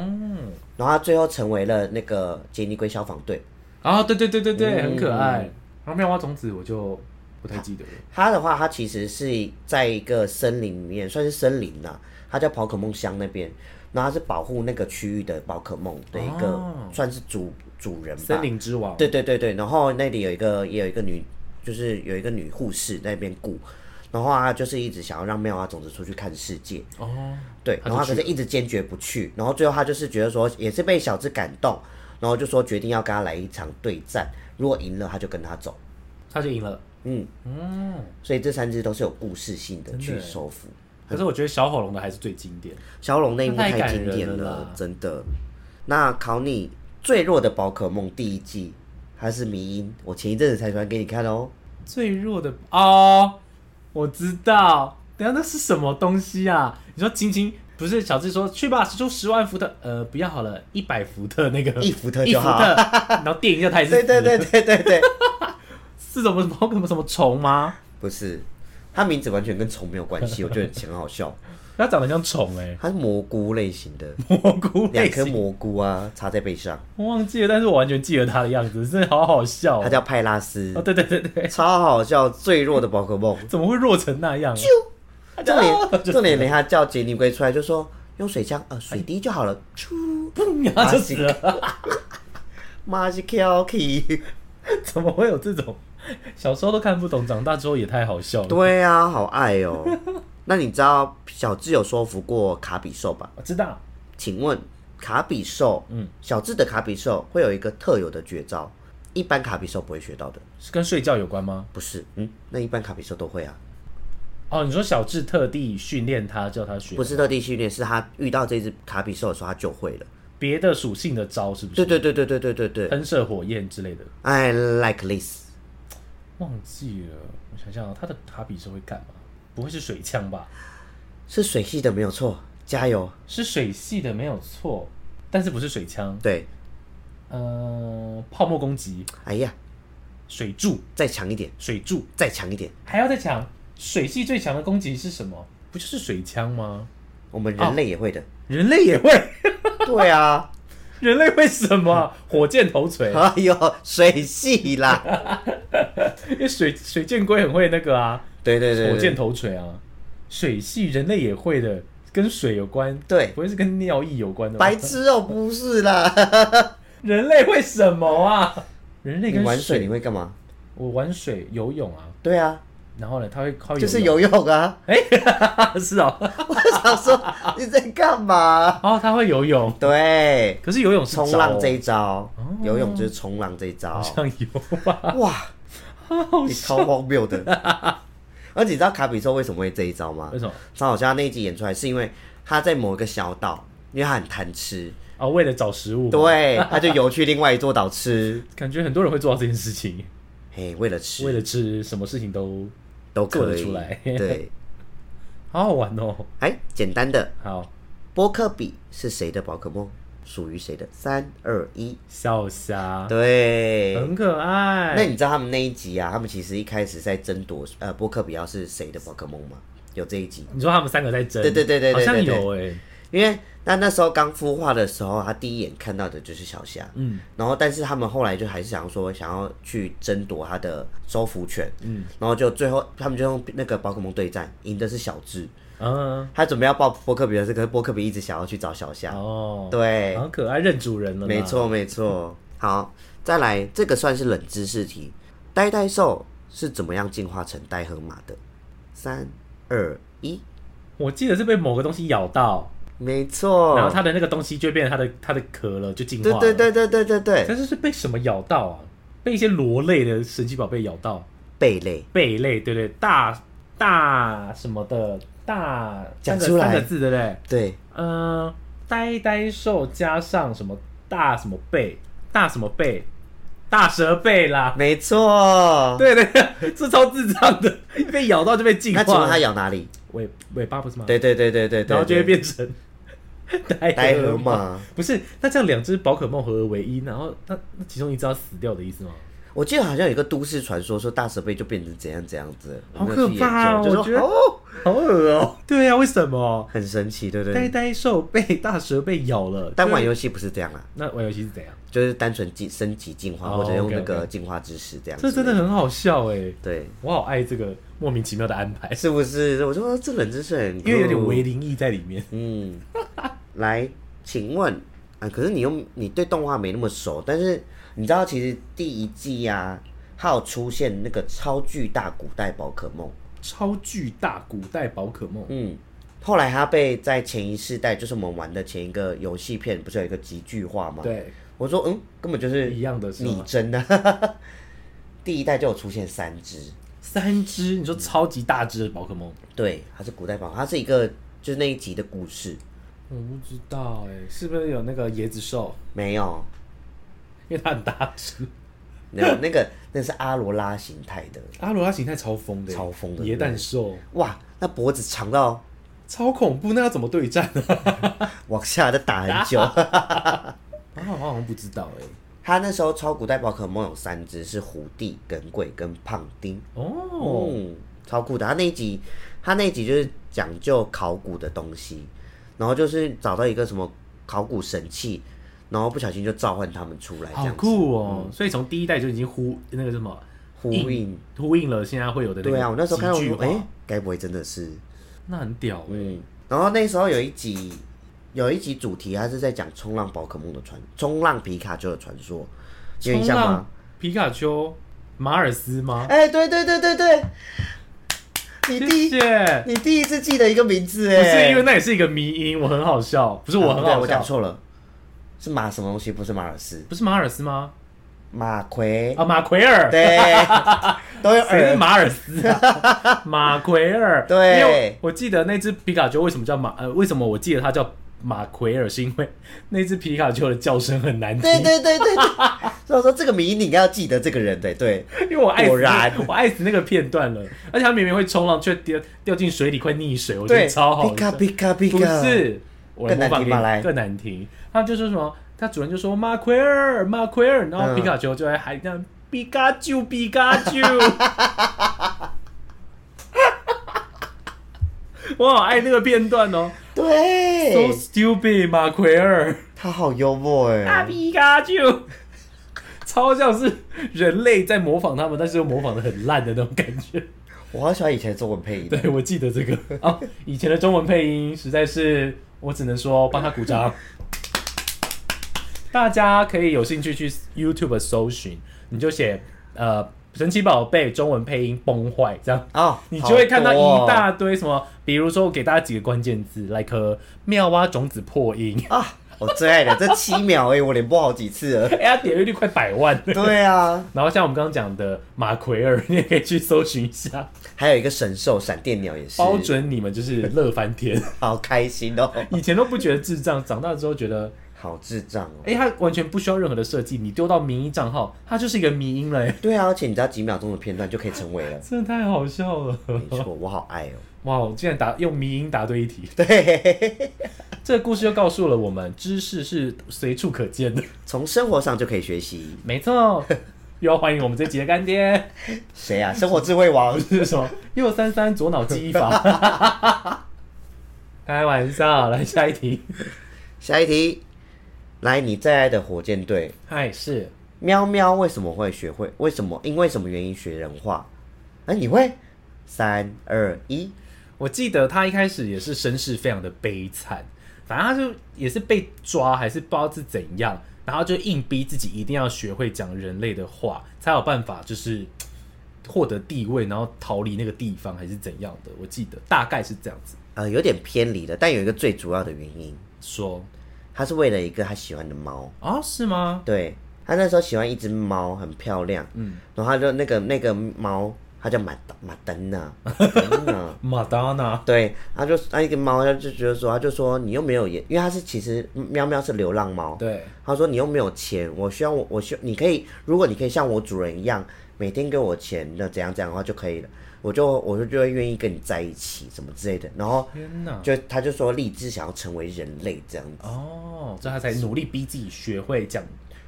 S2: 然后他最后成为了那个杰尼龟消防队。
S1: 啊，对对对对对，很可爱
S2: 嗯。
S1: 然后妙蛙种子我就不太记得了，
S2: 他的话，他其实是在一个森林里面，算是森林啦、他叫宝可梦乡那边，然后他是保护那个区域的宝可梦的一个，
S1: 哦
S2: 算是主主人吧。
S1: 森林之王，
S2: 对对对对，然后那里有一个也有一个女，就是有一个女护士在那边顾，然后她就是一直想要让妙蛙种子出去看世界，
S1: 哦，
S2: 对，
S1: 他
S2: 然
S1: 就
S2: 后她可是一直坚决不去，然后最后她就是觉得说也是被小智感动，然后就说决定要跟他来一场对战，如果赢了他就跟他走，
S1: 他就赢了。
S2: 嗯，
S1: 嗯，
S2: 所以这三只都是有故事性的
S1: 真的
S2: 去
S1: 耶
S2: 收服。
S1: 可是我觉得小火龙的还是最经典。
S2: 小龙那一幕
S1: 那太
S2: 太
S1: 感
S2: 经典
S1: 人了
S2: 了
S1: 啦，
S2: 真的。那考你最弱的宝可梦第一季，它是迷音，我前一阵子才传给你看哦。
S1: 最弱的哦，我知道。等一下那是什么东西啊？你说青青不是小智说去吧，使出十万伏特，呃，不要好了，一百伏特那个
S2: (laughs) 一伏特
S1: 一
S2: 就
S1: 伏
S2: 好
S1: 特，然后电一下它也是
S2: 对对对
S1: 死，
S2: 对对对，
S1: 是什么宝可梦什么虫吗？
S2: 不是，它名字完全跟虫没有关系，我觉得很好笑。
S1: 它长得像虫 (laughs) 哎、
S2: 它是蘑菇类型
S1: (laughs)
S2: 的，
S1: 蘑菇
S2: 两
S1: 类
S2: 颗
S1: 型，
S2: 蘑菇啊插在背上，
S1: 我忘记了，但是我完全记得它的样子，真的好好笑
S2: 它
S1: 哦、
S2: 叫派拉斯
S1: 哦，，对对对对，
S2: 超好笑，最弱的宝
S1: (laughs)
S2: 可梦。
S1: 怎么会弱成那样啊？
S2: 重
S1: (laughs)
S2: 点重点，连他叫杰尼龟出来就说用水枪呃水滴就
S1: (laughs)
S2: 好了，出
S1: 砰，它就死了。
S2: 妈是 Q K。
S1: 怎么会有这种？小时候都看不懂，长大之后也太好笑了。
S2: (laughs) 对啊，好爱 (laughs) 哦。那你知道小智有说服过卡比兽吧？
S1: 我知道，
S2: 请问卡比兽，嗯，小智的卡比兽会有一个特有的绝招，一般卡比兽不会学到的。
S1: 是跟睡觉有关吗？
S2: 不是，嗯，那一般卡比兽都会啊，
S1: 哦，你说小智特地训练他，叫他学
S2: 不是特地训练，是他遇到这只卡比兽的时候他就会了。
S1: 别的属性的招，是不
S2: 对
S1: 是？
S2: 对对对对对对对
S1: 喷射火焰之类的，
S2: ，I like this。
S1: 忘记了。我想想啊，他的卡比是会干嘛？不会是水枪吧？
S2: 是水系的没有错，加油！
S1: 是水系的没有错，但是不是水枪？
S2: 对，
S1: 呃，泡沫攻击、
S2: 哎呀，
S1: 水柱、
S2: 再强一点，
S1: 水柱，
S2: 再强一点，
S1: 还要再强。水系最强的攻击是什么？不就是水枪吗？
S2: 我们人类也会的。
S1: 人类也会， (laughs)
S2: 对啊，
S1: 人类会什么？火箭头锤，
S2: 哎呦，水系啦。
S1: 因为水水箭龟很会那个啊。
S2: (laughs) 对对对，对
S1: 火箭头锤啊，水系人类也会的，跟水有关，
S2: 对
S1: 不，会是跟尿液有关的吧
S2: 白？痴哦、不是啦。
S1: 人类会什么啊？人类
S2: 你
S1: 跟
S2: 玩水你会干嘛？
S1: 我玩水游泳啊，
S2: 对啊，
S1: 然后呢，他会靠
S2: 就是
S1: 泳，
S2: 游泳啊。 (laughs)
S1: 是哦，
S2: 我想说
S1: 啊
S2: 你在干嘛？
S1: 哦，他会游泳，
S2: 对，
S1: 可是游泳是
S2: 冲
S1: 招
S2: 浪
S1: 哦
S2: 这一招，游泳就是冲浪这一招
S1: 好。像有啊
S2: (laughs)
S1: 吧？
S2: 哇，
S1: 好
S2: 你
S1: 笑
S2: 超荒谬的。 (laughs) 而且你知道卡比兽为什么会这一招吗
S1: 为？什么
S2: 超好笑，他那一集演出来是因为他在某一个小岛，因为他很贪吃，
S1: 啊？为了找食物，，
S2: 对，他就游去另外一座岛吃。
S1: 感觉很多人会做到这件事情，
S2: 嘿，为了
S1: 为
S2: 吃
S1: 了吃，什么事情都
S2: 都
S1: 做
S2: 可
S1: 得
S2: 以
S1: 出来
S2: 对，
S1: 好好玩哦。
S2: 哎，简单的，
S1: 好，
S2: 波克比是谁的宝可梦？属于谁的？三二一，
S1: 笑虾，
S2: 对。
S1: 很可爱。
S2: 那你知道他们那一集啊？他们其实一开始在争夺呃波克比奥是谁的宝可梦吗？有这一集，
S1: 你说他们三个在争，
S2: 对对对对对
S1: 好像
S2: 对对
S1: 有哎、
S2: 因为那那时候刚孵化的时候，他第一眼看到的就是小虾，
S1: 嗯，
S2: 然后但是他们后来就还是想说想要去争夺他的收服权，
S1: 嗯，
S2: 然后就最后他们就用那个宝可梦对战，赢的是小智，
S1: 嗯，
S2: 他准备要抱波克比的这个波克比一直想要去找小虾，
S1: 哦，
S2: 嗯对，
S1: 很可爱，认主人了，
S2: 没。错没错。好，再来这个算是冷知识题，呆呆兽是怎么样进化成呆河马的？三二一，
S1: 我记得是被某个东西咬到，
S2: 没错，
S1: 然后它的那个东西就变成它的它的壳了，就进化
S2: 对
S1: 了。
S2: 哦对对对对对对，
S1: 但是是被什么咬到啊？被一些螺类的神奇宝贝咬到，
S2: 贝类。
S1: 贝类，对对，大大什么的，大三
S2: 讲
S1: 个
S2: 出来
S1: 三个字，对不对？
S2: 对，
S1: 嗯、呆呆兽加上什么大什么贝，大什么贝，大蛇贝啦。
S2: 没错。
S1: 对对对，是超智障的，被咬到就被进
S2: 那请
S1: 化
S2: 问它。咬哪里？
S1: 尾尾巴不是吗？
S2: 对对对对对对，
S1: 然后就会
S2: 对
S1: 变成
S2: 呆
S1: 呆
S2: 河。马。
S1: 不是，那这样两只宝可梦合而为一，然后那那其中一只要死掉的意思吗？
S2: 我记得好像有一个都市传说，说大蛇贝就变成怎样怎样子，
S1: 好
S2: 我没有去
S1: 可怕哦
S2: 研究
S1: 我
S2: 就
S1: 觉
S2: 说
S1: 得
S2: 哦，
S1: 好恶哦、对呀、啊，为什么？
S2: 很神奇，对不
S1: 呆
S2: 对？
S1: 呆兽被大蛇被咬了，
S2: 但玩
S1: 游
S2: 游戏不是这样啦，
S1: 那玩游戏是怎样？
S2: 就是单纯进升级进化，
S1: 哦
S2: 或者用那
S1: OK，OK
S2: 个进化知识这样子。
S1: 这真的很好笑哎、
S2: 对，
S1: 我好爱这个莫名其妙的安排，
S2: 是不是？我说这冷知识很，
S1: 因为有点微。灵异在里面。
S2: 嗯，来，请问啊，可是你又你对动画没那么熟，但是你知道其实第一季啊，它有出现那个超巨大古代宝可梦，
S1: 超巨大古代宝可梦，
S2: 嗯，后来它被在前一世代，就是我们玩的前一个游戏片，不是有一个集聚化吗？，
S1: 对，
S2: 我说嗯，根本就是
S1: 一样的是
S2: 拟
S1: 吗？
S2: 真啊， (laughs) 第一代就有出现三只，
S1: 三只，你说超级大只的宝可梦，
S2: 对，它是古代宝，它是一个就是那一集的故事，
S1: 我不知道哎、是不是有那个椰子兽？
S2: 没有，
S1: 因为它很大只。(laughs)
S2: 没有那个那是阿罗拉形态的，
S1: 阿罗拉形态超疯的欸，
S2: 超疯的
S1: 椰蛋兽，
S2: 哇，那脖子长到
S1: 超恐怖，那要怎么对战呢、
S2: 往下的打很
S1: (laughs)
S2: 久。
S1: 啊？我好像不知道哎、
S2: 他那时候超古代宝可梦有三只，是胡地、耿鬼跟胖丁。
S1: 哦，
S2: 嗯，超酷的。他那一集，他那一集就是讲究考古的东西，然后就是找到一个什么考古神器，然后不小心就召唤他们出来，这
S1: 好
S2: 样子
S1: 酷哦！所以从第一代就已经呼那个什么
S2: 呼应。
S1: 呼应了现在哎会有的那个
S2: 对啊，我那时候看到我
S1: 集聚
S2: 说，
S1: 化
S2: 哎、该不会真的是？
S1: 那很屌哎、
S2: 嗯，然后那时候有一集，有一集主题，它是在讲冲浪宝可梦的传，冲浪皮卡丘的传说，有印
S1: 冲
S2: 象吗？
S1: 浪皮卡丘马尔斯吗？
S2: 哎、对对对对对，你第
S1: 谢
S2: 一
S1: 谢。
S2: 你第一次记得一个名字
S1: 不是
S2: 哎，
S1: 因为那也是一个迷音，我很好笑，不是我
S2: 啊
S1: 很
S2: 不对
S1: 好
S2: 我讲
S1: 笑，
S2: 错了，是马什么东西？不是马尔斯，
S1: 不是马尔斯吗？
S2: 马奎，
S1: 啊，马奎尔， (laughs)
S2: 对，都有
S1: 谁是
S2: 耳，
S1: 马尔斯啊？
S2: (laughs)
S1: 马奎尔。
S2: 对
S1: 因为我记得那只皮卡丘为什么叫马？呃，为什么我记得它叫马奎尔？是因为 (laughs) 那只皮卡丘的叫声很难听。
S2: 对对对对对，所以我说这个谜你应该要记得这个人，对对，
S1: 因为我爱
S2: 果
S1: 死
S2: 然
S1: 那，我爱死那个片段了。而且它明明会冲浪，却掉掉进水里快溺水，我觉得
S2: 对，
S1: 超好
S2: 皮卡
S1: 笑。
S2: 皮卡皮
S1: 不
S2: 卡，，
S1: 是，我来
S2: 更
S1: 模
S2: 难
S1: 仿
S2: 听
S1: 给
S2: 吧来
S1: 你，更难听。他就说什么，他主人就说马奎尔，马奎尔，然后
S2: 嗯
S1: 皮卡丘就在喊那样皮卡丘，皮卡
S2: (laughs)
S1: 丘。我好爱那个片段哦，so
S2: 对，
S1: stupid，马奎尔，
S2: 他好幽默
S1: 大
S2: 哎，
S1: 皮卡丘，超像是人类在模仿他们，但是又模仿的很烂的那种感觉。
S2: 我好喜欢以前的中文配音，
S1: 对，我记得这个 (laughs) 啊，以前的中文配音实在是，我只能说帮他鼓掌。大家可以有兴趣去 YouTube 搜寻，你就写呃神奇宝贝中文配音崩坏这样。
S2: 哦，
S1: 你就会看到一
S2: 好
S1: 大堆什么，比如说我给大家几个关键字，like 呃妙蛙种子破音， (laughs)
S2: 多哦啊，我最爱的这七秒哎，我连播好几次了，
S1: (laughs) 哎呀，点阅率快百万了。
S2: 对啊，
S1: 然后像我们刚刚讲的马奎尔，你也可以去搜寻一下，
S2: 还有一个神兽闪电鸟也是，
S1: 包准你们就是乐翻天。
S2: 好开心哦，
S1: 以前都不觉得智障，长大之后觉得
S2: 好智障哦。
S1: 哎、它完全不需要任何的设计，你丢到迷音账号，它就是一个迷音了、欸，
S2: 对啊，而且你知道几秒钟的片段就可以成为
S1: (laughs)
S2: 了，
S1: 真的太好笑了。
S2: 没错，我好爱哦。
S1: 哇，我竟然答用迷音答对一题，
S2: 对，
S1: 这个故事又告诉了我们，知识是随处可见的。
S2: 从生活上就可以学习。
S1: (laughs) 没错，又要欢迎我们这集的干爹，(laughs)
S2: 谁啊？生活智慧王
S1: 是什么？右三三左脑记忆法。 (laughs) 开玩笑，来下一题。
S2: 下一题，来你最爱的火箭队
S1: 嗨，是
S2: 喵喵为什么会学会？为什么？因为什么原因学人话？哎、你会？三二一，
S1: 我记得他一开始也是身世非常的悲惨，反正他就也是被抓，还是不知道是怎样，然后就硬逼自己一定要学会讲人类的话，才有办法就是获得地位，然后逃离那个地方，还是怎样的？我记得大概是这样子
S2: 呃，有点偏离了，但有一个最主要的原因，
S1: 说
S2: 他是为了一个他喜欢的猫。
S1: 啊，是吗？
S2: 对他那时候喜欢一只猫，很漂亮，嗯，然后他就那个那个猫，它叫马达马登娜， (laughs) 马登娜，
S1: 马达娜，
S2: 对，他就那一个猫，他就觉得说，他就说你又没有也，因为它是其实喵喵是流浪猫，
S1: 对，
S2: 他说你又没有钱，我希望我我希你可以，如果你可以像我主人一样，每天给我钱，那怎样怎样的话就可以了，我就我就就会愿意跟你在一起什么之类的，然后
S1: 天哪！
S2: 就他就说立志想要成为人类这样子，
S1: 哦，所以他才努力逼自己学会讲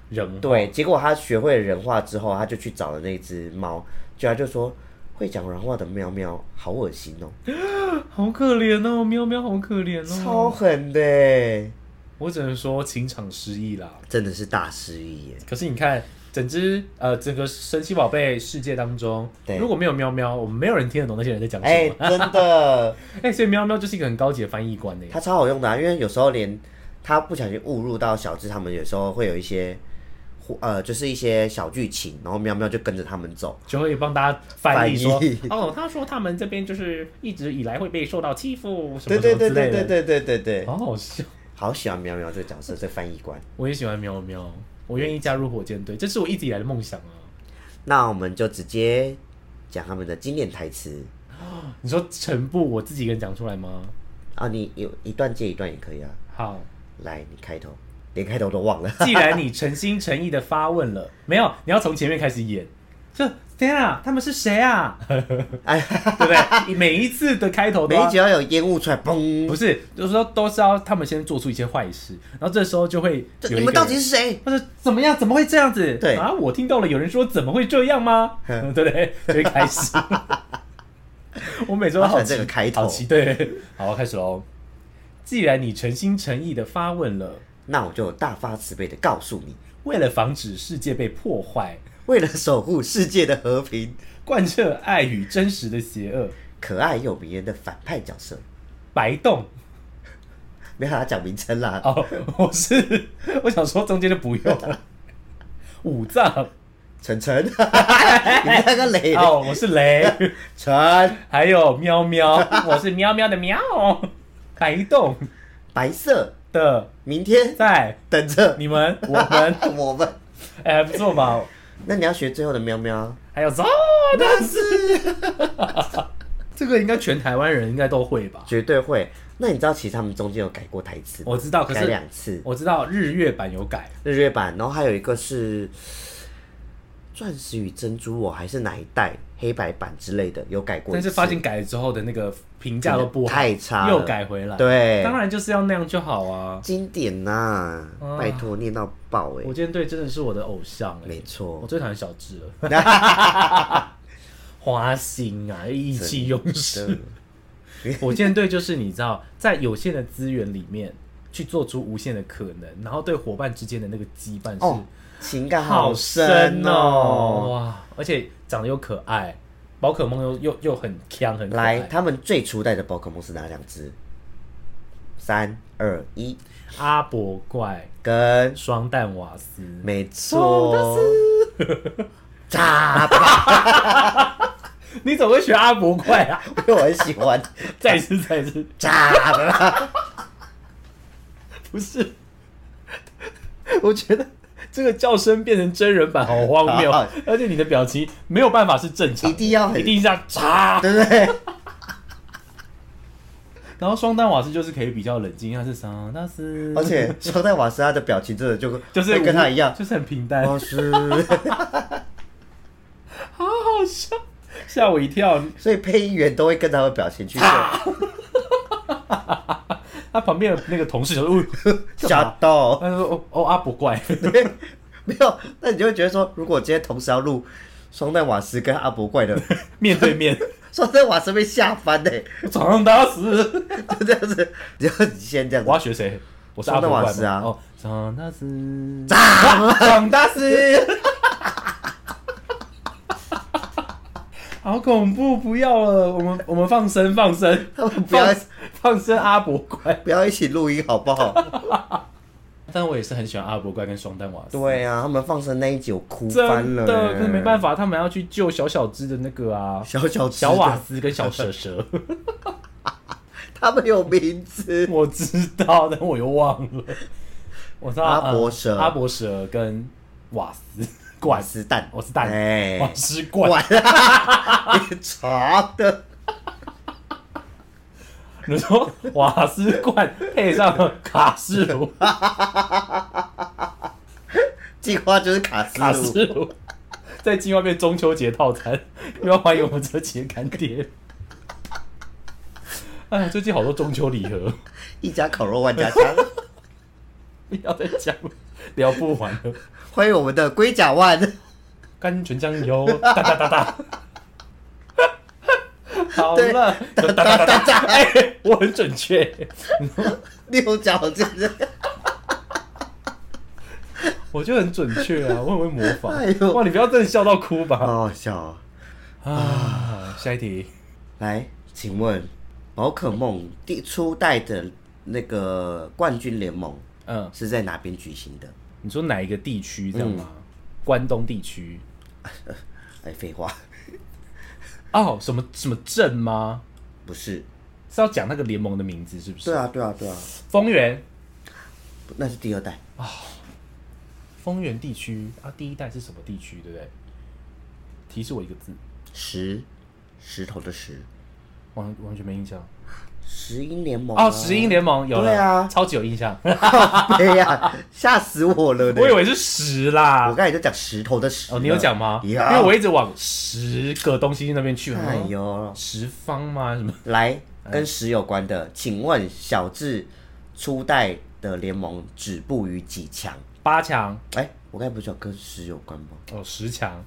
S1: 人话。
S2: 对，结果他学会了人话之后，他就去找了那只猫，就他就说会讲人话的喵喵好恶心哦，
S1: 好可怜哦，喵喵好可怜哦。
S2: 超狠的欸，
S1: 我只能说情场失意啦。
S2: 真的是大失忆耶。
S1: 可是你看，整只呃整个神奇宝贝世界当中
S2: 对，
S1: 如果没有喵喵，我们没有人听得懂那些人在讲什么。
S2: 哎、
S1: 哎、
S2: 真的，
S1: 所以喵喵就是一个很高级的翻译官呢。
S2: 它超好用的、啊，因为有时候连它不小心误入到小智他们，有时候会有一些互，呃，就是一些小剧情，然后喵喵就跟着他们走。
S1: 就会帮大家翻译说
S2: 翻译，
S1: 哦，他说他们这边就是一直以来会被受到欺负，什
S2: 对
S1: 么什
S2: 对
S1: 么之
S2: 对
S1: 类的，
S2: 对对对对对对，
S1: 好好笑。
S2: 好喜欢喵喵这个角色，这翻译官。
S1: 我也喜欢喵喵，我愿意加入火箭队，这是我一直以来的梦想啊。
S2: 那我们就直接讲他们的经典台词
S1: 你说全部我自己一个人讲出来吗？
S2: 啊，你有一段接一段也可以啊。
S1: 好，
S2: 来，你开头，连开头都忘了。 (laughs)
S1: 既然你诚心诚意的发问了，没有，你要从前面开始演。就天啊，他们是谁啊？对不对？每一次的开头都
S2: 哎每一
S1: 要
S2: 集要有烟雾出来，嘣！
S1: 不是，就是说都是要他们先做出一些坏事，然后这时候就会
S2: 这
S1: 有
S2: 你
S1: 一个
S2: 们到底
S1: 人
S2: 是谁？
S1: 或者怎么样？怎么会这样子？
S2: 对嗯
S1: 啊，我听到了有人说怎么会这样吗？对不对？就会开
S2: (laughs)
S1: 始。我每周都
S2: 好
S1: 好
S2: 喜欢
S1: 奇
S2: 这个开
S1: 好
S2: 头。
S1: 奇，对，好，开始喽。既然你诚心诚意的发问了，
S2: 那我就大发慈悲的告诉你，
S1: 为了防止世界被破坏，
S2: 为了守护世界的和平，
S1: 贯彻爱与真实的邪恶，
S2: 可爱又迷人的反派角色，
S1: 白洞
S2: 没有他讲名称啦。
S1: 哦，我是我想说中间就不用了。五藏
S2: 晨
S1: (laughs)
S2: 晨，你那个雷
S1: 哦，我是雷，
S2: 晨，
S1: 还有喵喵，我是喵喵的喵，白洞
S2: 白色，
S1: 的
S2: 明天
S1: 在
S2: 等着啊
S1: 你们我们
S2: 我们。
S1: 哎、还不错吧？
S2: 那你要学最后的喵喵，
S1: 还有走的是这个应该全台湾人应该都会吧？
S2: 绝对会。那你知道其实他们中间有改过台词吗，
S1: 我知哦道，可
S2: 改
S1: 是哦
S2: 两次
S1: 我知道日月版有改，
S2: 日月版，然后还有一个是钻石与珍珠哦，还是哪一代黑白版之类的，有改过一
S1: 但
S2: 次。
S1: 是发现改了之后的那个评价都不好，
S2: 太差了
S1: 又改回来。，
S2: 对，
S1: 当然就是要那样就好啊。
S2: 经典呐、
S1: 啊
S2: 拜托念到爆哎、
S1: 火箭队真的是我的偶像、欸，
S2: 没错
S1: 我最讨厌小智了。
S2: (laughs)
S1: 花心啊，意气用 (laughs) 事。火箭队就是你知道，在有限的资源里面去做出无限的可能，然后对伙伴之间的那个羁绊是
S2: 哦，情感
S1: 好
S2: 深哦。
S1: 哇！而且长得又可爱，宝可梦又又又很强很可
S2: 来，
S1: 爱。
S2: 他们最初代的宝可梦是哪两只？三二一，
S1: 阿伯怪
S2: 跟
S1: 双蛋瓦斯，
S2: 没
S1: 哦
S2: 错，炸吧！
S1: 你怎么会学阿伯怪啊？ (laughs)
S2: 因为 (laughs) 我很喜欢
S1: 再一次，再一次，
S2: 炸吧。
S1: 不是， (laughs) 我觉得这个叫声变成真人版好荒谬
S2: 好，
S1: 而且你的表情没有办法是正常的，
S2: 啊一定要很
S1: 一定要查，
S2: 对不对？
S1: 然后双蛋瓦斯就是可以比较冷静，它是桑纳斯，
S2: 而且双代瓦斯他的表情真的就
S1: 就是
S2: 会跟他
S1: 无
S2: 一
S1: (laughs)
S2: 样，哦
S1: 就是很平淡，
S2: 瓦
S1: 好
S2: 斯。
S1: 好笑，吓我一跳。 (laughs) 啊
S2: 所以配音员都会跟他们表情去对。
S1: 他旁边的那个同事就说，哦、
S2: 吓到。 (laughs)
S1: 他就说哦哦啊不怪，
S2: 对，没有，那你就会觉得说，如果今天同时要录双蛋瓦斯跟阿伯怪
S1: (laughs)
S2: 的，
S1: 面对
S2: (laughs)
S1: 面，
S2: 双蛋瓦斯被吓翻欸呢、
S1: 我早上打死，
S2: 就这样子，你就先这样
S1: 我
S2: 子，
S1: 要学谁？我是阿伯
S2: 桑德
S1: 怪
S2: 瓦斯
S1: 吗
S2: 啊
S1: 哦，长大师，长大
S2: (laughs)
S1: 师，好恐怖，不要了，我们我们放生放生，
S2: 他们不要
S1: 放放生阿伯怪，
S2: 不要一起录音好不好？
S1: 但我也是很喜欢阿伯怪跟双蛋瓦斯。
S2: 对啊，他们放生那一集我哭翻
S1: 真
S2: 了、欸
S1: 的，可是没办
S2: 法，
S1: 法，他们要去救小小只的那个啊，
S2: 小小只的
S1: 小瓦斯跟小蛇
S2: (laughs)
S1: 蛇，
S2: 他们有名字，
S1: 我知道，但我又忘了。我知道
S2: 阿伯
S1: 呃
S2: 蛇
S1: 阿伯蛇跟瓦斯怪，
S2: 是蛋，
S1: 哦我是蛋
S2: 哎、
S1: 瓦斯怪，
S2: 管你 (laughs) 查的，
S1: 你说瓦斯罐配上卡式炉，
S2: 计划就是卡
S1: (laughs)
S2: 斯
S1: 卡
S2: 鲁，
S1: 式炉在计划变中秋节套餐，又要欢迎我们这期的干爹。哎，最近好多中秋礼盒，
S2: 一家烤肉万家香， (laughs)
S1: 不要再讲了，聊不完了。
S2: 欢迎我们的龟甲万，
S1: 甘醇酱油，哒哒哒 (laughs) 哒。好
S2: 对
S1: 了，哒哒哒哒哒，哎，我很准确。
S2: (laughs) 六角真的，
S1: 我就很准确啊，我很会模仿。
S2: 哎呦
S1: 哇，你不要真的笑到哭吧！
S2: 好好笑、哦。
S1: 啊，下一题，
S2: 来，请问宝可梦第初代的那个冠军联盟
S1: 嗯，
S2: 是在哪边举行的？
S1: 你说哪一个地区这样吗？
S2: 嗯
S1: 关东地区
S2: 哎，废话，
S1: 哦，什么什么镇吗？
S2: 不是。
S1: 是要讲那个联盟的名字是不
S2: 对
S1: 是？
S2: 啊，对啊，对啊，
S1: 丰原，
S2: 那是第二代。
S1: 丰原地区啊，第一代是什么地区？对不对？提示我一个字，
S2: 石，石头的石，
S1: 完完全没印象。
S2: 石英联盟、啊。
S1: 哦，石英联盟有了，
S2: 对啊
S1: 超级有印象。
S2: 盟。 (laughs) 对呀，吓死我了呢！
S1: 我以为是十
S2: 我
S1: 啦。
S2: 刚才就讲石头的石。
S1: 哦，你有讲吗？因
S2: 呀
S1: 为我一直往十个东西那边去。
S2: 哎
S1: 哦
S2: 呦，
S1: 十方吗？什么？
S2: 来跟石有关的，请问小智初代的联盟止步于几强？
S1: 八强？
S2: 哎，我刚才不是讲跟石有关吗？
S1: 哦，十强，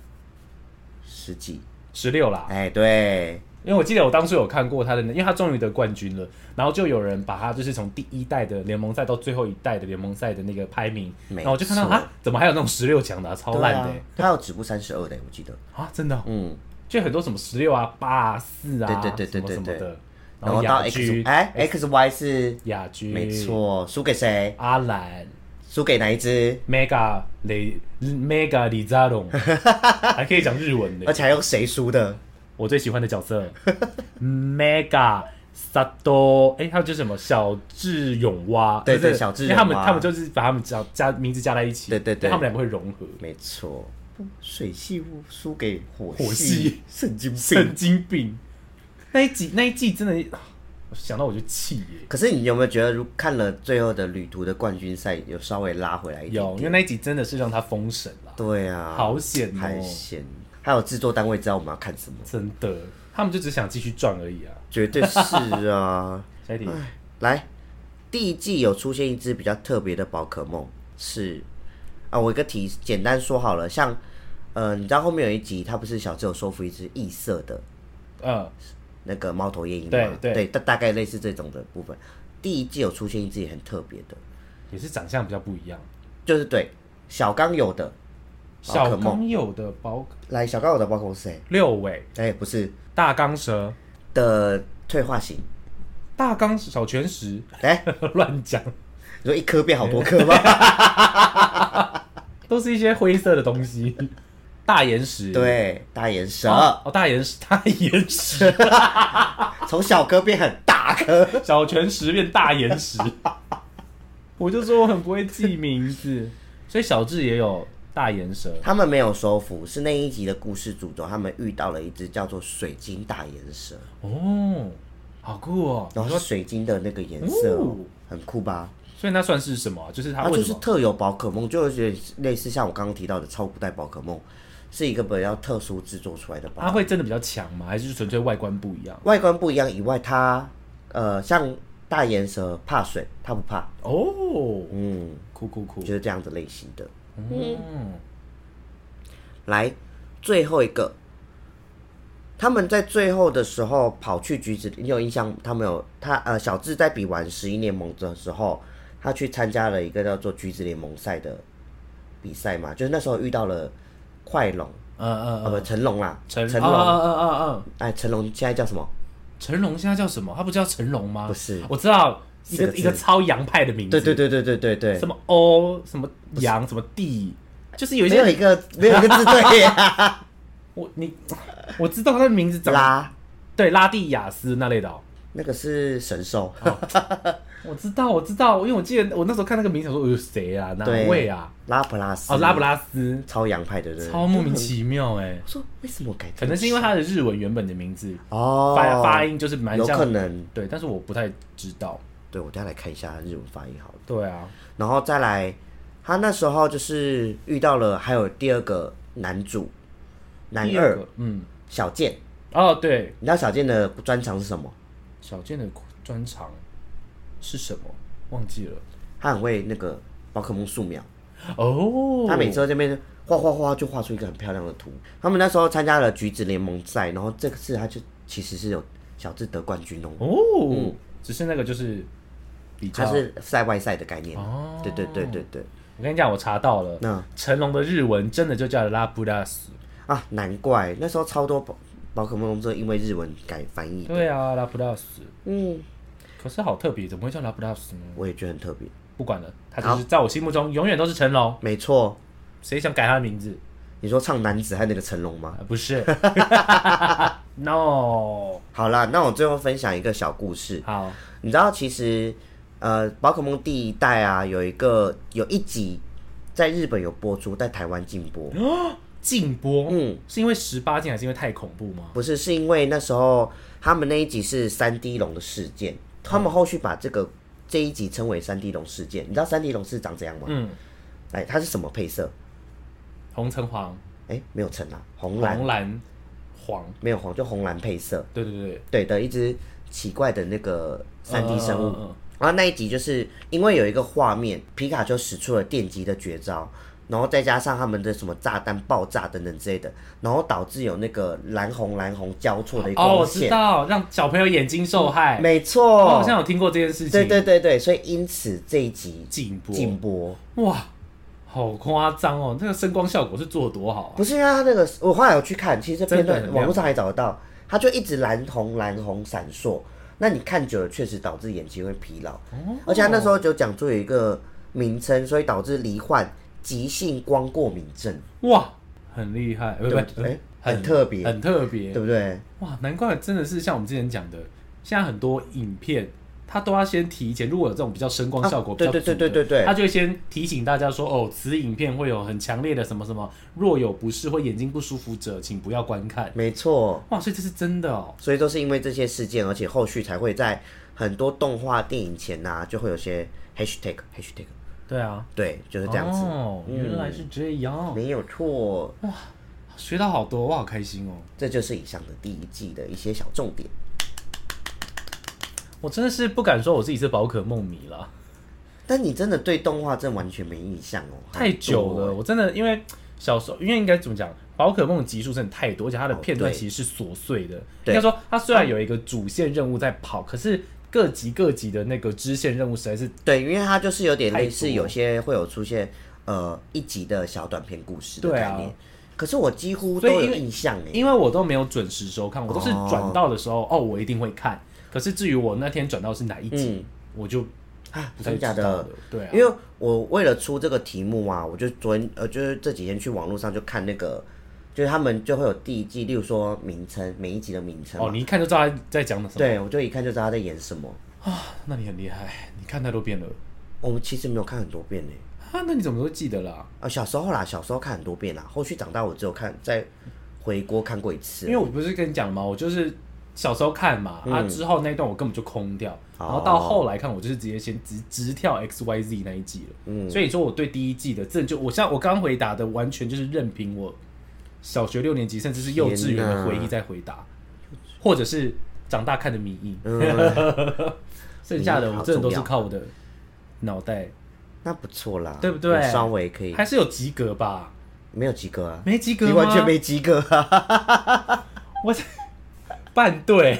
S2: 十几？
S1: 十六啦。
S2: 哎，对，
S1: 因为我记得我当初有看过他的，因为他终于得冠军了，然后就有人把他就是从第一代的联盟赛到最后一代的联盟赛的那个排名，
S2: 没
S1: 然后我就看到
S2: 错
S1: 啊，怎么还有那种十六强的啊、超
S2: 对
S1: 烂的
S2: 啊
S1: 欸、，
S2: 他有止步三十二的，我记得。
S1: 啊真的哦、
S2: 嗯，
S1: 就很多什么十六啊、八啊、四啊，
S2: 对对对对
S1: 什么什
S2: 对
S1: 么的，
S2: 然
S1: 后
S2: 后到
S1: 亚
S2: X
S1: 军，
S2: 哎 X Y 是
S1: 亚军，
S2: 没，错，输给谁？
S1: 阿兰。
S2: 输给哪一只？
S1: Mega 雷 Mega 李扎
S2: (laughs)
S1: 龙，还可以讲日文
S2: 而
S1: 的。
S2: 且还有谁输的？
S1: 我最喜欢的角色
S2: (laughs)
S1: Mega Sato，哎、他们就是什么小智泳蛙，
S2: 对
S1: 就是
S2: 对小智
S1: 因为他们
S2: 泳蛙
S1: 他们就是把他们加加名字加在一起，
S2: 对对
S1: 因为
S2: 对
S1: 他们两个会融合。
S2: 没错，水系屋输给火
S1: 火系
S2: 神经
S1: 神
S2: 病。
S1: 经病，那一集那一季真的，啊我想到我就气耶。
S2: 可是你有没有觉得，如看了最后的旅途的冠军赛，有稍微拉回来一点？
S1: 有，因为那一集真的是让他封神了，
S2: 对啊，
S1: 好险哦、
S2: 太险！还有制作单位知道我们要看什么，
S1: 真的，他们就只想继续赚而已啊。
S2: 绝对是啊。 (laughs)
S1: 下一题，
S2: 来，第一季有出现一只比较特别的宝可梦，是啊，我一个题简单说好了，像呃，你知道后面有一集，它不是小智有收服一只异色的
S1: 嗯，
S2: 那个猫头鹰
S1: 对
S2: 吗？
S1: 对
S2: 大大概类似这种的部分。第一季有出现一只也很特别的，
S1: 也是长相比较不一样。
S2: 就是对小刚有的宝
S1: 小
S2: 可梦，
S1: 刚有的宝可
S2: 来小刚有的宝可梦是谁？
S1: 六尾
S2: 哎、不是
S1: 大钢蛇、
S2: 的退化型，
S1: 大钢小拳石，
S2: 哎、
S1: (laughs) 乱讲，
S2: 你说一颗变好多颗
S1: 哎
S2: 吗？
S1: 都是一些灰色的东西。 (laughs) 大岩石，
S2: (laughs) 对，大眼蛇
S1: 哦，哦，大岩石，大岩石，
S2: 从、小颗变很大颗。
S1: (laughs) 小拳石变大岩石。 (laughs) 我就说我很不会记名字，所以小智也有大岩蛇。
S2: 他们没有收服，是那一集的故事主轴，他们遇到了一只叫做水晶大岩蛇，
S1: 哦，好酷哦！
S2: 然后是水晶的那个颜色哦、
S1: 哦
S2: 很酷吧？
S1: 所以那算是什么啊？就是他
S2: 它
S1: 为
S2: 就
S1: 什
S2: 是
S1: 么？
S2: 特有宝可梦，就有点类似像我刚刚提到的超古代宝可梦，是一个比较特殊制作出来的宝可
S1: 他
S2: 梦。
S1: 会真的比较强吗？还是纯粹外观不一样？
S2: 外观不一样以外，它呃像大岩蛇怕水，它不怕，
S1: 哦，
S2: 嗯，
S1: 酷酷酷，
S2: 就是这样子类型的。
S1: 嗯，
S2: 来，最后一个，他们在最后的时候跑去橘子，你有印象？他们有他呃，小智在比完十一联盟的时候，他去参加了一个叫做橘子联盟赛的比赛嘛，就是那时候遇到了快龙，
S1: 嗯嗯
S2: 呃，
S1: 嗯，
S2: 不，成龙啦，成
S1: 成
S2: 龙，
S1: 啊啊啊啊啊！
S2: 哎，成龙现在叫什么？
S1: 成龙现在叫什么？他不叫成龙吗？
S2: 不是
S1: 我知道一
S2: 四
S1: 个
S2: 个字
S1: 一个超洋派的名字，
S2: 对对对对对对对
S1: 什，么欧什么洋什么地，就是有一
S2: 没有
S1: 些 (laughs)
S2: 一个没有一个字对呀、
S1: 我你我知道他的名字 (laughs) 怎么
S2: 拉
S1: 对拉蒂亚斯那类的哦。
S2: 那个是神兽，
S1: 我知道，我知道，因为我记得我那时候看那个名字，我说呃谁啊，哪
S2: 对
S1: 位啊？
S2: 拉普拉斯，
S1: 哦，拉布拉斯，
S2: 超洋派的人，
S1: 超莫名其妙哎，
S2: 我说为什么改这个？
S1: 可能是因为他的日文原本的名字
S2: 哦
S1: 发发音就是蛮
S2: 有可
S1: 像，
S2: 能，
S1: 对，但是我不太知道。
S2: 对我等一下来看一下日文发音好了，
S1: 对啊，
S2: 然后再来，他那时候就是遇到了还有第二个男主，男
S1: 第
S2: 二
S1: 个，嗯，
S2: 小健，
S1: 哦对，
S2: 你知道小健的专长是什么？
S1: 小健的专长是什么？忘记了
S2: 他很会那个宝可梦素描，
S1: 哦。
S2: 他每次在这边画画画就画出一个很漂亮的图。他们那时候参加了橘子联盟赛，然后这次他就其实是有小智得冠军哦，
S1: 哦，只是那个就是比
S2: 他
S1: 较。
S2: 是赛外赛的概念，
S1: 哦
S2: 对对对对对，
S1: 我跟你讲，我查到了，
S2: 那
S1: 成龙的日文真的就叫拉布拉斯。
S2: 啊难怪那时候超多宝宝可梦都因为日文改翻译，
S1: 对啊，拉布拉斯。
S2: 嗯，
S1: 可是好特别，怎么会叫拉布拉斯呢？
S2: 我也觉得很特别，
S1: 不管了，他就是在我心目中永远都是成龙，
S2: 没错。
S1: 谁想改他的名字？
S2: 你说唱男子汉那个成龙吗？
S1: 啊、不
S2: (laughs)
S1: 是，no。
S2: 好啦，那我最后分享一个小故事。
S1: 好，
S2: 你知道，其实呃，宝可梦第一代啊，有一个有一集在日本有播出，在台湾禁播。
S1: 禁播，
S2: 嗯，
S1: 是因为十八禁还是因为太恐怖吗？
S2: 不是，是因为那时候他们那一集是三 D 龙的事件，他们后续把这个这一集称为三 D 龙事件。你知道三 D 龙是长怎样吗？
S1: 嗯，
S2: 哎，它是什么配色？
S1: 红橙黄，
S2: 哎，没有橙啊，红蓝，
S1: 红蓝黄，
S2: 没有黄，就红蓝配色。
S1: 对对对，
S2: 对的，一只奇怪的那个三 D 生
S1: 嗯
S2: 物。
S1: 嗯嗯嗯
S2: 然后那一集就是因为有一个画面，皮卡丘使出了电击的绝招，然后再加上他们的什么炸弹爆炸等等之类的，然后导致有那个蓝红蓝红交错的一
S1: 哦，
S2: 光
S1: 我知
S2: 线。
S1: 道，让小朋友眼睛受害。
S2: 没
S1: 我
S2: 错，
S1: 好像有听过这件事情。
S2: 哦对对对对，所以因此这一集
S1: 禁播，
S2: 禁播，
S1: 哇，好夸张哦！那个声光效果是做得多好啊！
S2: 不是因为他那个，我后来有去看，其实这片
S1: 真的很
S2: 段
S1: 亮
S2: 网络上还找得到，他就一直蓝红蓝红闪烁。那你看久了，确实导致眼睛会疲劳，而且他那时候
S1: 哦
S2: 就讲出有一个名称，所以导致罹患急性光过敏症，
S1: 哦哇，很厉害，呃不
S2: 对
S1: 不
S2: 不对
S1: 不，
S2: 哎很特别
S1: 很特别
S2: 对。不对？
S1: 哇，难怪真的是像我们之前讲的，现在很多影片。它都要先提前，如果有这种比较声光效果
S2: 啊
S1: 比较
S2: 对对
S1: 足的
S2: 对对对对
S1: 它就会先提醒大家说，哦，此影片会有很强烈的什么什么，若有不适或眼睛不舒服者，请不要观看。
S2: 没错，
S1: 哇，所以这是真的哦。
S2: 所以都是因为这些事件，而且后续才会在很多动画电影前呐、就会有些 hashtag hashtag，
S1: 对啊，
S2: 对，就是这样子，
S1: 哦，原来是这样，
S2: 没有错。
S1: 学到好多，我好开心哦。
S2: 这就是以上的第一季的一些小重点。
S1: 我真的是不敢说我自己是宝可梦迷了，
S2: 但你真的对动画真的完全没印象哦，
S1: 太久了，我真的因为小时候，因为应该怎么讲，宝可梦集数真的太多，而且它的片段
S2: 哦对
S1: 其实是琐碎的。
S2: 对
S1: 应该说，它虽然有一个主线任务在跑，可是各集各集的那个支线任务实在是
S2: 对，因为它就是有点类
S1: 太
S2: 似，
S1: 多
S2: 有些会有出现呃一集的小短篇故事的
S1: 对
S2: 概
S1: 啊
S2: 念。可是我几乎都
S1: 所以因为
S2: 有印象哎，
S1: 因为我都没有准时收看，我都是转到的时候，哦我一定会看。可是至于我那天转到是哪一集，我就
S2: 啊，
S1: 不太
S2: 嗯真
S1: 知
S2: 假
S1: 道
S2: 的
S1: 了。对啊，
S2: 因为我为了出这个题目啊，我就昨天呃，就是这几天去网络上就看那个，就是他们就会有第一季，例如说名称，每一集的名称嘛。
S1: 哦，你一看就知道他在讲什么。啊
S2: 对，我就一看就知道他在演什么。
S1: 那你很厉害，你看太多遍了
S2: 我们其实没有看很多遍呢、
S1: 啊？那你怎么都记得啦、
S2: 啊，小时候啦，小时候看很多遍啦，后续长大我只有看再回锅看过一次啊
S1: 因。为我不是跟你讲嘛，我就是小时候看嘛，啊之后那一段我根本就空掉，
S2: 嗯哦
S1: 然后到后来看我就是直接先直直跳 X Y Z 那一季了，
S2: 嗯
S1: 所以说我对第一季的这就我像我刚回答的，完全就是任凭我小学六年级甚至是幼稚园
S2: 嗯
S1: 的回忆在回答，或者是长大看的迷忆， (laughs) 剩下的
S2: 好
S1: 我真的都
S2: 重
S1: 是
S2: 要
S1: 靠我的脑袋，
S2: 那不错啦，
S1: 对不对
S2: 有稍微可以，
S1: 还是有及格吧？
S2: 没有及格啊，
S1: 没及格
S2: 你
S1: 吗？
S2: 完全没及
S1: (laughs)
S2: 格啊，
S1: 我半
S2: (laughs)
S1: 对，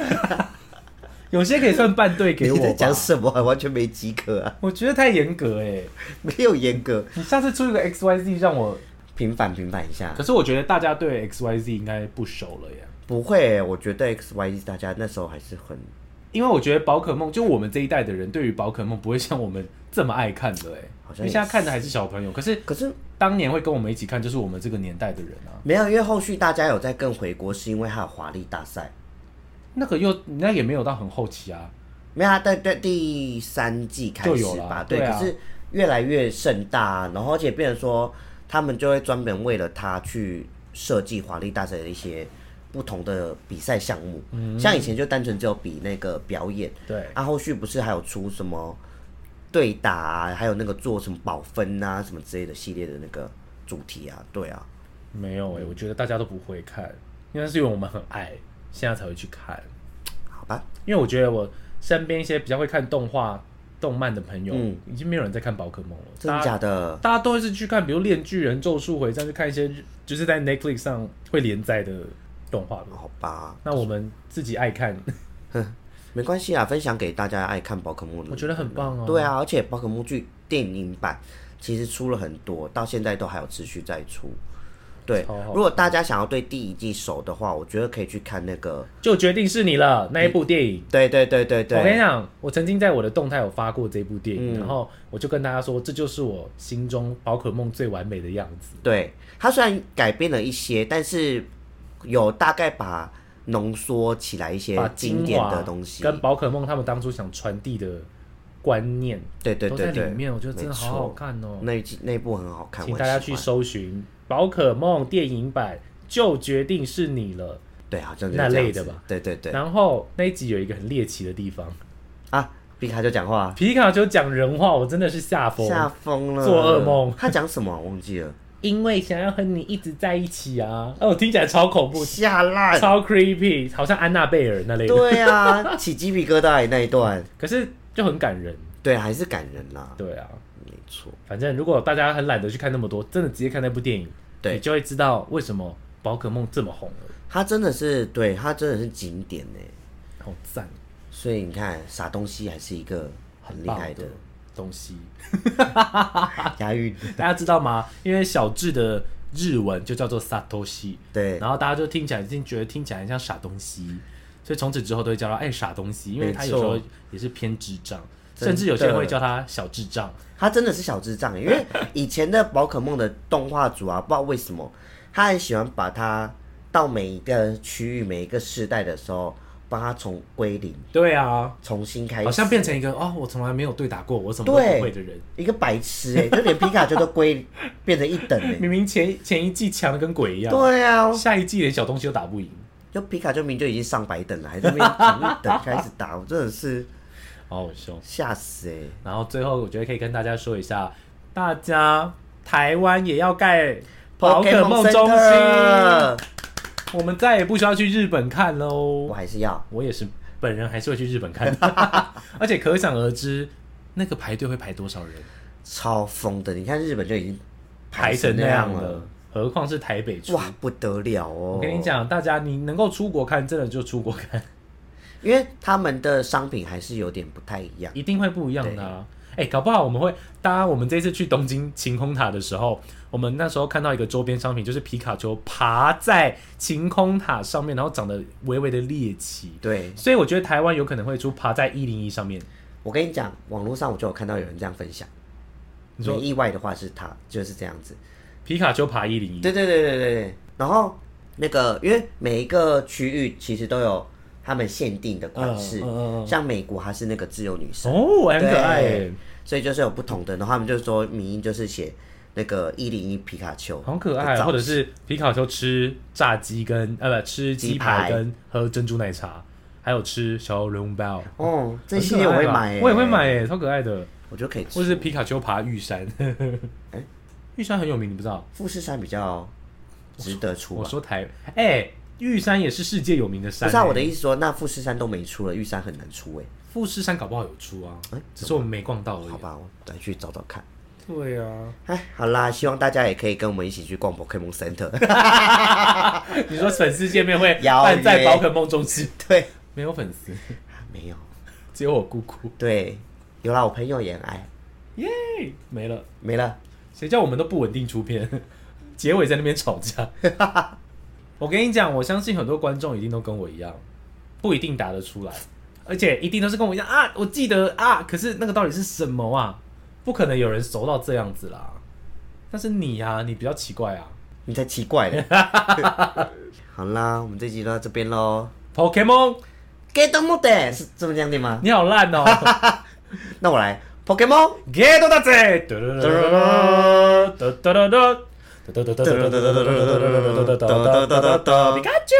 S1: 有些可以算半对给
S2: 你
S1: 我
S2: 在
S1: 吧。
S2: 讲什么啊？完全没及格啊， (laughs)
S1: 我觉得太严格哎、
S2: 没有严格，
S1: 你下次出一个 X Y Z 让我，
S2: 平反平反一下
S1: 可，是我觉得大家对 X Y Z 应该不熟了耶，
S2: 不会、我觉得 X Y Z 大家那时候还是很，
S1: 因为我觉得宝可梦就我们这一代的人对于宝可梦不会像我们这么爱看的哎，
S2: 好
S1: 因为
S2: 像也
S1: 现在看的还是小朋友，可是
S2: 可是
S1: 当年会跟我们一起看就是我们这个年代的人啊，
S2: 没有，因为后续大家有在更回国，是因为还有华丽大赛，
S1: 那个又那也没有到很后期啊，
S2: 没有啊，在在第三季开始
S1: 就有
S2: 吧
S1: 啦，
S2: 对，
S1: 对啊
S2: 可是越来越盛大，然后而且变成说他们就会专门为了他去设计华丽大赛的一些不同的比赛项目，
S1: 嗯
S2: 像以前就单纯只有比那个表演，
S1: 对，
S2: 啊，后续不是还有出什么对打、啊，还有那个做什么保分啊什么之类的系列的那个主题啊，对啊，
S1: 没有哎，我觉得大家都不会看，应该是因为我们很爱，现在才会去看，
S2: 好吧，
S1: 因为我觉得我身边一些比较会看动画、动漫的朋友，
S2: 嗯
S1: 已经没有人在看宝可梦了，
S2: 真的
S1: 大家
S2: 假的？
S1: 大家都会是去看，比如《恋巨人》《咒术回战》，去看一些就是在 Netflix 上会连载的动画了。
S2: 好吧，
S1: 那我们自己爱看，
S2: 嗯没关系啊，分享给大家爱看宝可梦的。
S1: 我觉得很棒啊。
S2: 对，啊，而且宝可梦剧电影版其实出了很多，到现在都还有持续在出。对
S1: 超好，看
S2: 如果大家想要对第一季熟的话，我觉得可以去看那个。
S1: 就决定是你了那一部电影。
S2: 对对对对嗯
S1: 我跟你
S2: 对，
S1: 讲，我曾经在我的动态有发过这部电影，然后我就跟大家说，这就是我心中宝可梦最完美的样子。
S2: 对，它虽然改变了一些，但是有大概把浓缩起来一些
S1: 把
S2: 经
S1: 精
S2: 典
S1: 华
S2: 的东西。
S1: 跟宝可梦他们当初想传递的观念
S2: 对对
S1: 都
S2: 对
S1: 在
S2: 对，
S1: 里面，我觉得真的好好
S2: 没错。
S1: 看哦。
S2: 那一季那一部很好看，
S1: 请
S2: 我
S1: 大家
S2: 喜
S1: 去
S2: 欢。
S1: 搜寻《宝可梦》电影版，就决定是你了。
S2: 对，好像就是
S1: 那
S2: 这样
S1: 类的
S2: 子
S1: 吧。
S2: 对对对。
S1: 然后那一集有一个很猎奇的地方，
S2: 啊，皮卡就讲话，
S1: 皮卡丘讲人话，我真的是吓疯。
S2: 吓疯了，
S1: 哦做噩梦
S2: 他讲什么啊我忘
S1: (laughs)
S2: 记了。
S1: 因为想要和你一直在一起啊！哦，听起来超恐
S2: (laughs)
S1: 怖、
S2: 下烂。
S1: 超 creepy，好像安娜贝尔那类的。
S2: 对啊，起鸡皮疙瘩那一段，
S1: 可是就很感人。
S2: 对，还是感人啦，
S1: 对啊，
S2: 没错。
S1: 反正如果大家很懒得去看那么多，真的直接看那部电影，
S2: 对
S1: 你就会知道为什么宝可梦这么红了，
S2: 他真的是，对他真的是景点呢。
S1: 好赞，
S2: 所以你看，傻东西还是一个很厉害
S1: 棒
S2: 的
S1: 的东西。
S2: 押韵。
S1: 大家知道吗？因为小智的日文就叫做 Satoshi，
S2: 对
S1: 然后大家就听起来已经觉得听起来很像傻东西，所以从此之后都会叫他哎傻东西，因为他有时候
S2: 没错
S1: 也是偏智障，
S2: 真的
S1: 甚至有些人会叫他小智障。
S2: 他真的是小智障欸耶，
S1: (laughs)
S2: 因为以前的宝可梦的动画组啊，不知道为什么，他很喜欢把它到每一个区域、每一个世代的时候，帮它从归零，
S1: 对啊，
S2: 重新开始，
S1: 好像变成一个哦，我从来没有对打过，我什么都
S2: 对
S1: 不会的人。
S2: 一个白痴哎，就连皮卡丘都归变成一
S1: (laughs)
S2: 等哎。
S1: 明明前前一季强的跟鬼一样，
S2: 对啊，
S1: 下一季连小东西都打不赢。
S2: 就皮卡丘明明就已经上百等了，还在那边从一等开始打，我真的是
S1: 好好凶。
S2: 吓死哎、欸！
S1: 然后最后我觉得可以跟大家说一下，大家台湾也要盖宝可梦
S2: Pokemon
S1: 中心。
S2: Center，
S1: 我们再也不需要去日本看喽
S2: 我。还是要
S1: 我也是，本人还是会去日本 (laughs) 看，而且可想而知，那个排队会排多少人，
S2: 超疯的。你看日本就已经
S1: 排成
S2: 成
S1: 那样
S2: 样
S1: 了，，何况是台北出。
S2: 哇，不得了哦！
S1: 我跟你，讲，大家你能够出国看，真的就出国 (laughs) 看，
S2: 因为他们的商品还是有点不太一样。
S1: 一定会不一样的、啊。哎、搞不好我们会，当然我们这次去东京晴空塔的时候，我们那时候看到一个周边商品，就是皮卡丘爬在晴空塔上面，然后长得微微的猎奇。
S2: 对，
S1: 所以我觉得台湾有可能会出爬在一零一上面。
S2: 我跟你讲，网络上我就有看到有人这样分享。
S1: 你说
S2: 没意外的话是他就是这样子。
S1: 皮卡丘爬一零一，
S2: 对对对对对对。然后那个，因为每一个区域其实都有他们限定的款式，
S1: 嗯嗯嗯嗯
S2: 像美国它是那个自由女神，
S1: 哦，很可爱
S2: 对
S1: 耶，
S2: 所以就是有不同的。然后他们就说名音就是写那个一零一皮卡丘，
S1: 好可爱
S2: 的
S1: 啊，
S2: 造
S1: 或者是皮卡丘吃炸鸡跟呃不吃鸡排
S2: 鸡排
S1: 跟喝珍珠奶茶，还有吃小笼包。
S2: 哦，这
S1: 很可
S2: 系列我
S1: 爱
S2: 会
S1: 吧
S2: 买、欸，
S1: 我也会买，耶，超可爱的。
S2: 我觉得可以
S1: 或者
S2: 吃。
S1: 是皮卡丘爬玉
S2: (laughs)
S1: 山，
S2: 哎
S1: 玉山很有名，你不知道？
S2: 富士山比较值得出
S1: 我
S2: 吧？
S1: 说台，哎，玉山也是世界有名的山、
S2: 啊不是啊，
S1: 欸
S2: 我的意思说，那富士山都没出了，玉山很难出哎、
S1: 富士山搞不好有出啊，
S2: 哎
S1: 只是我们没逛到而已。
S2: 好吧，我来去找找看。
S1: 对啊，
S2: 哎，好啦，希望大家也可以跟我们一起去逛 Pokemon Center。
S1: (laughs) 你说粉丝见
S2: (laughs)
S1: 面会
S2: 邀约
S1: 办在宝可梦中心，
S2: (laughs) 对，
S1: 没有粉丝，
S2: 没有，
S1: 只有我姑姑，
S2: 对，有啦，我朋友也很爱，
S1: 耶、没了。
S2: 没了。
S1: 谁叫我们都不稳定出片，结尾在那边吵架。我跟你讲，我相信很多观众一定都跟我一样，不一定答得出来，而且一定都是跟我一样啊，我记得啊，可是那个到底是什么啊？不可能有人熟到这样子啦。但是你呀、啊，你比较奇怪啊。
S2: 你才奇怪嘞！ (laughs) 好啦，我们这集就到这边喽。
S1: Pokemon，
S2: Get on m o 是这么这样对吗？
S1: 你好烂哦。
S2: 那我来 Pokemon。
S1: Get on that！你看就。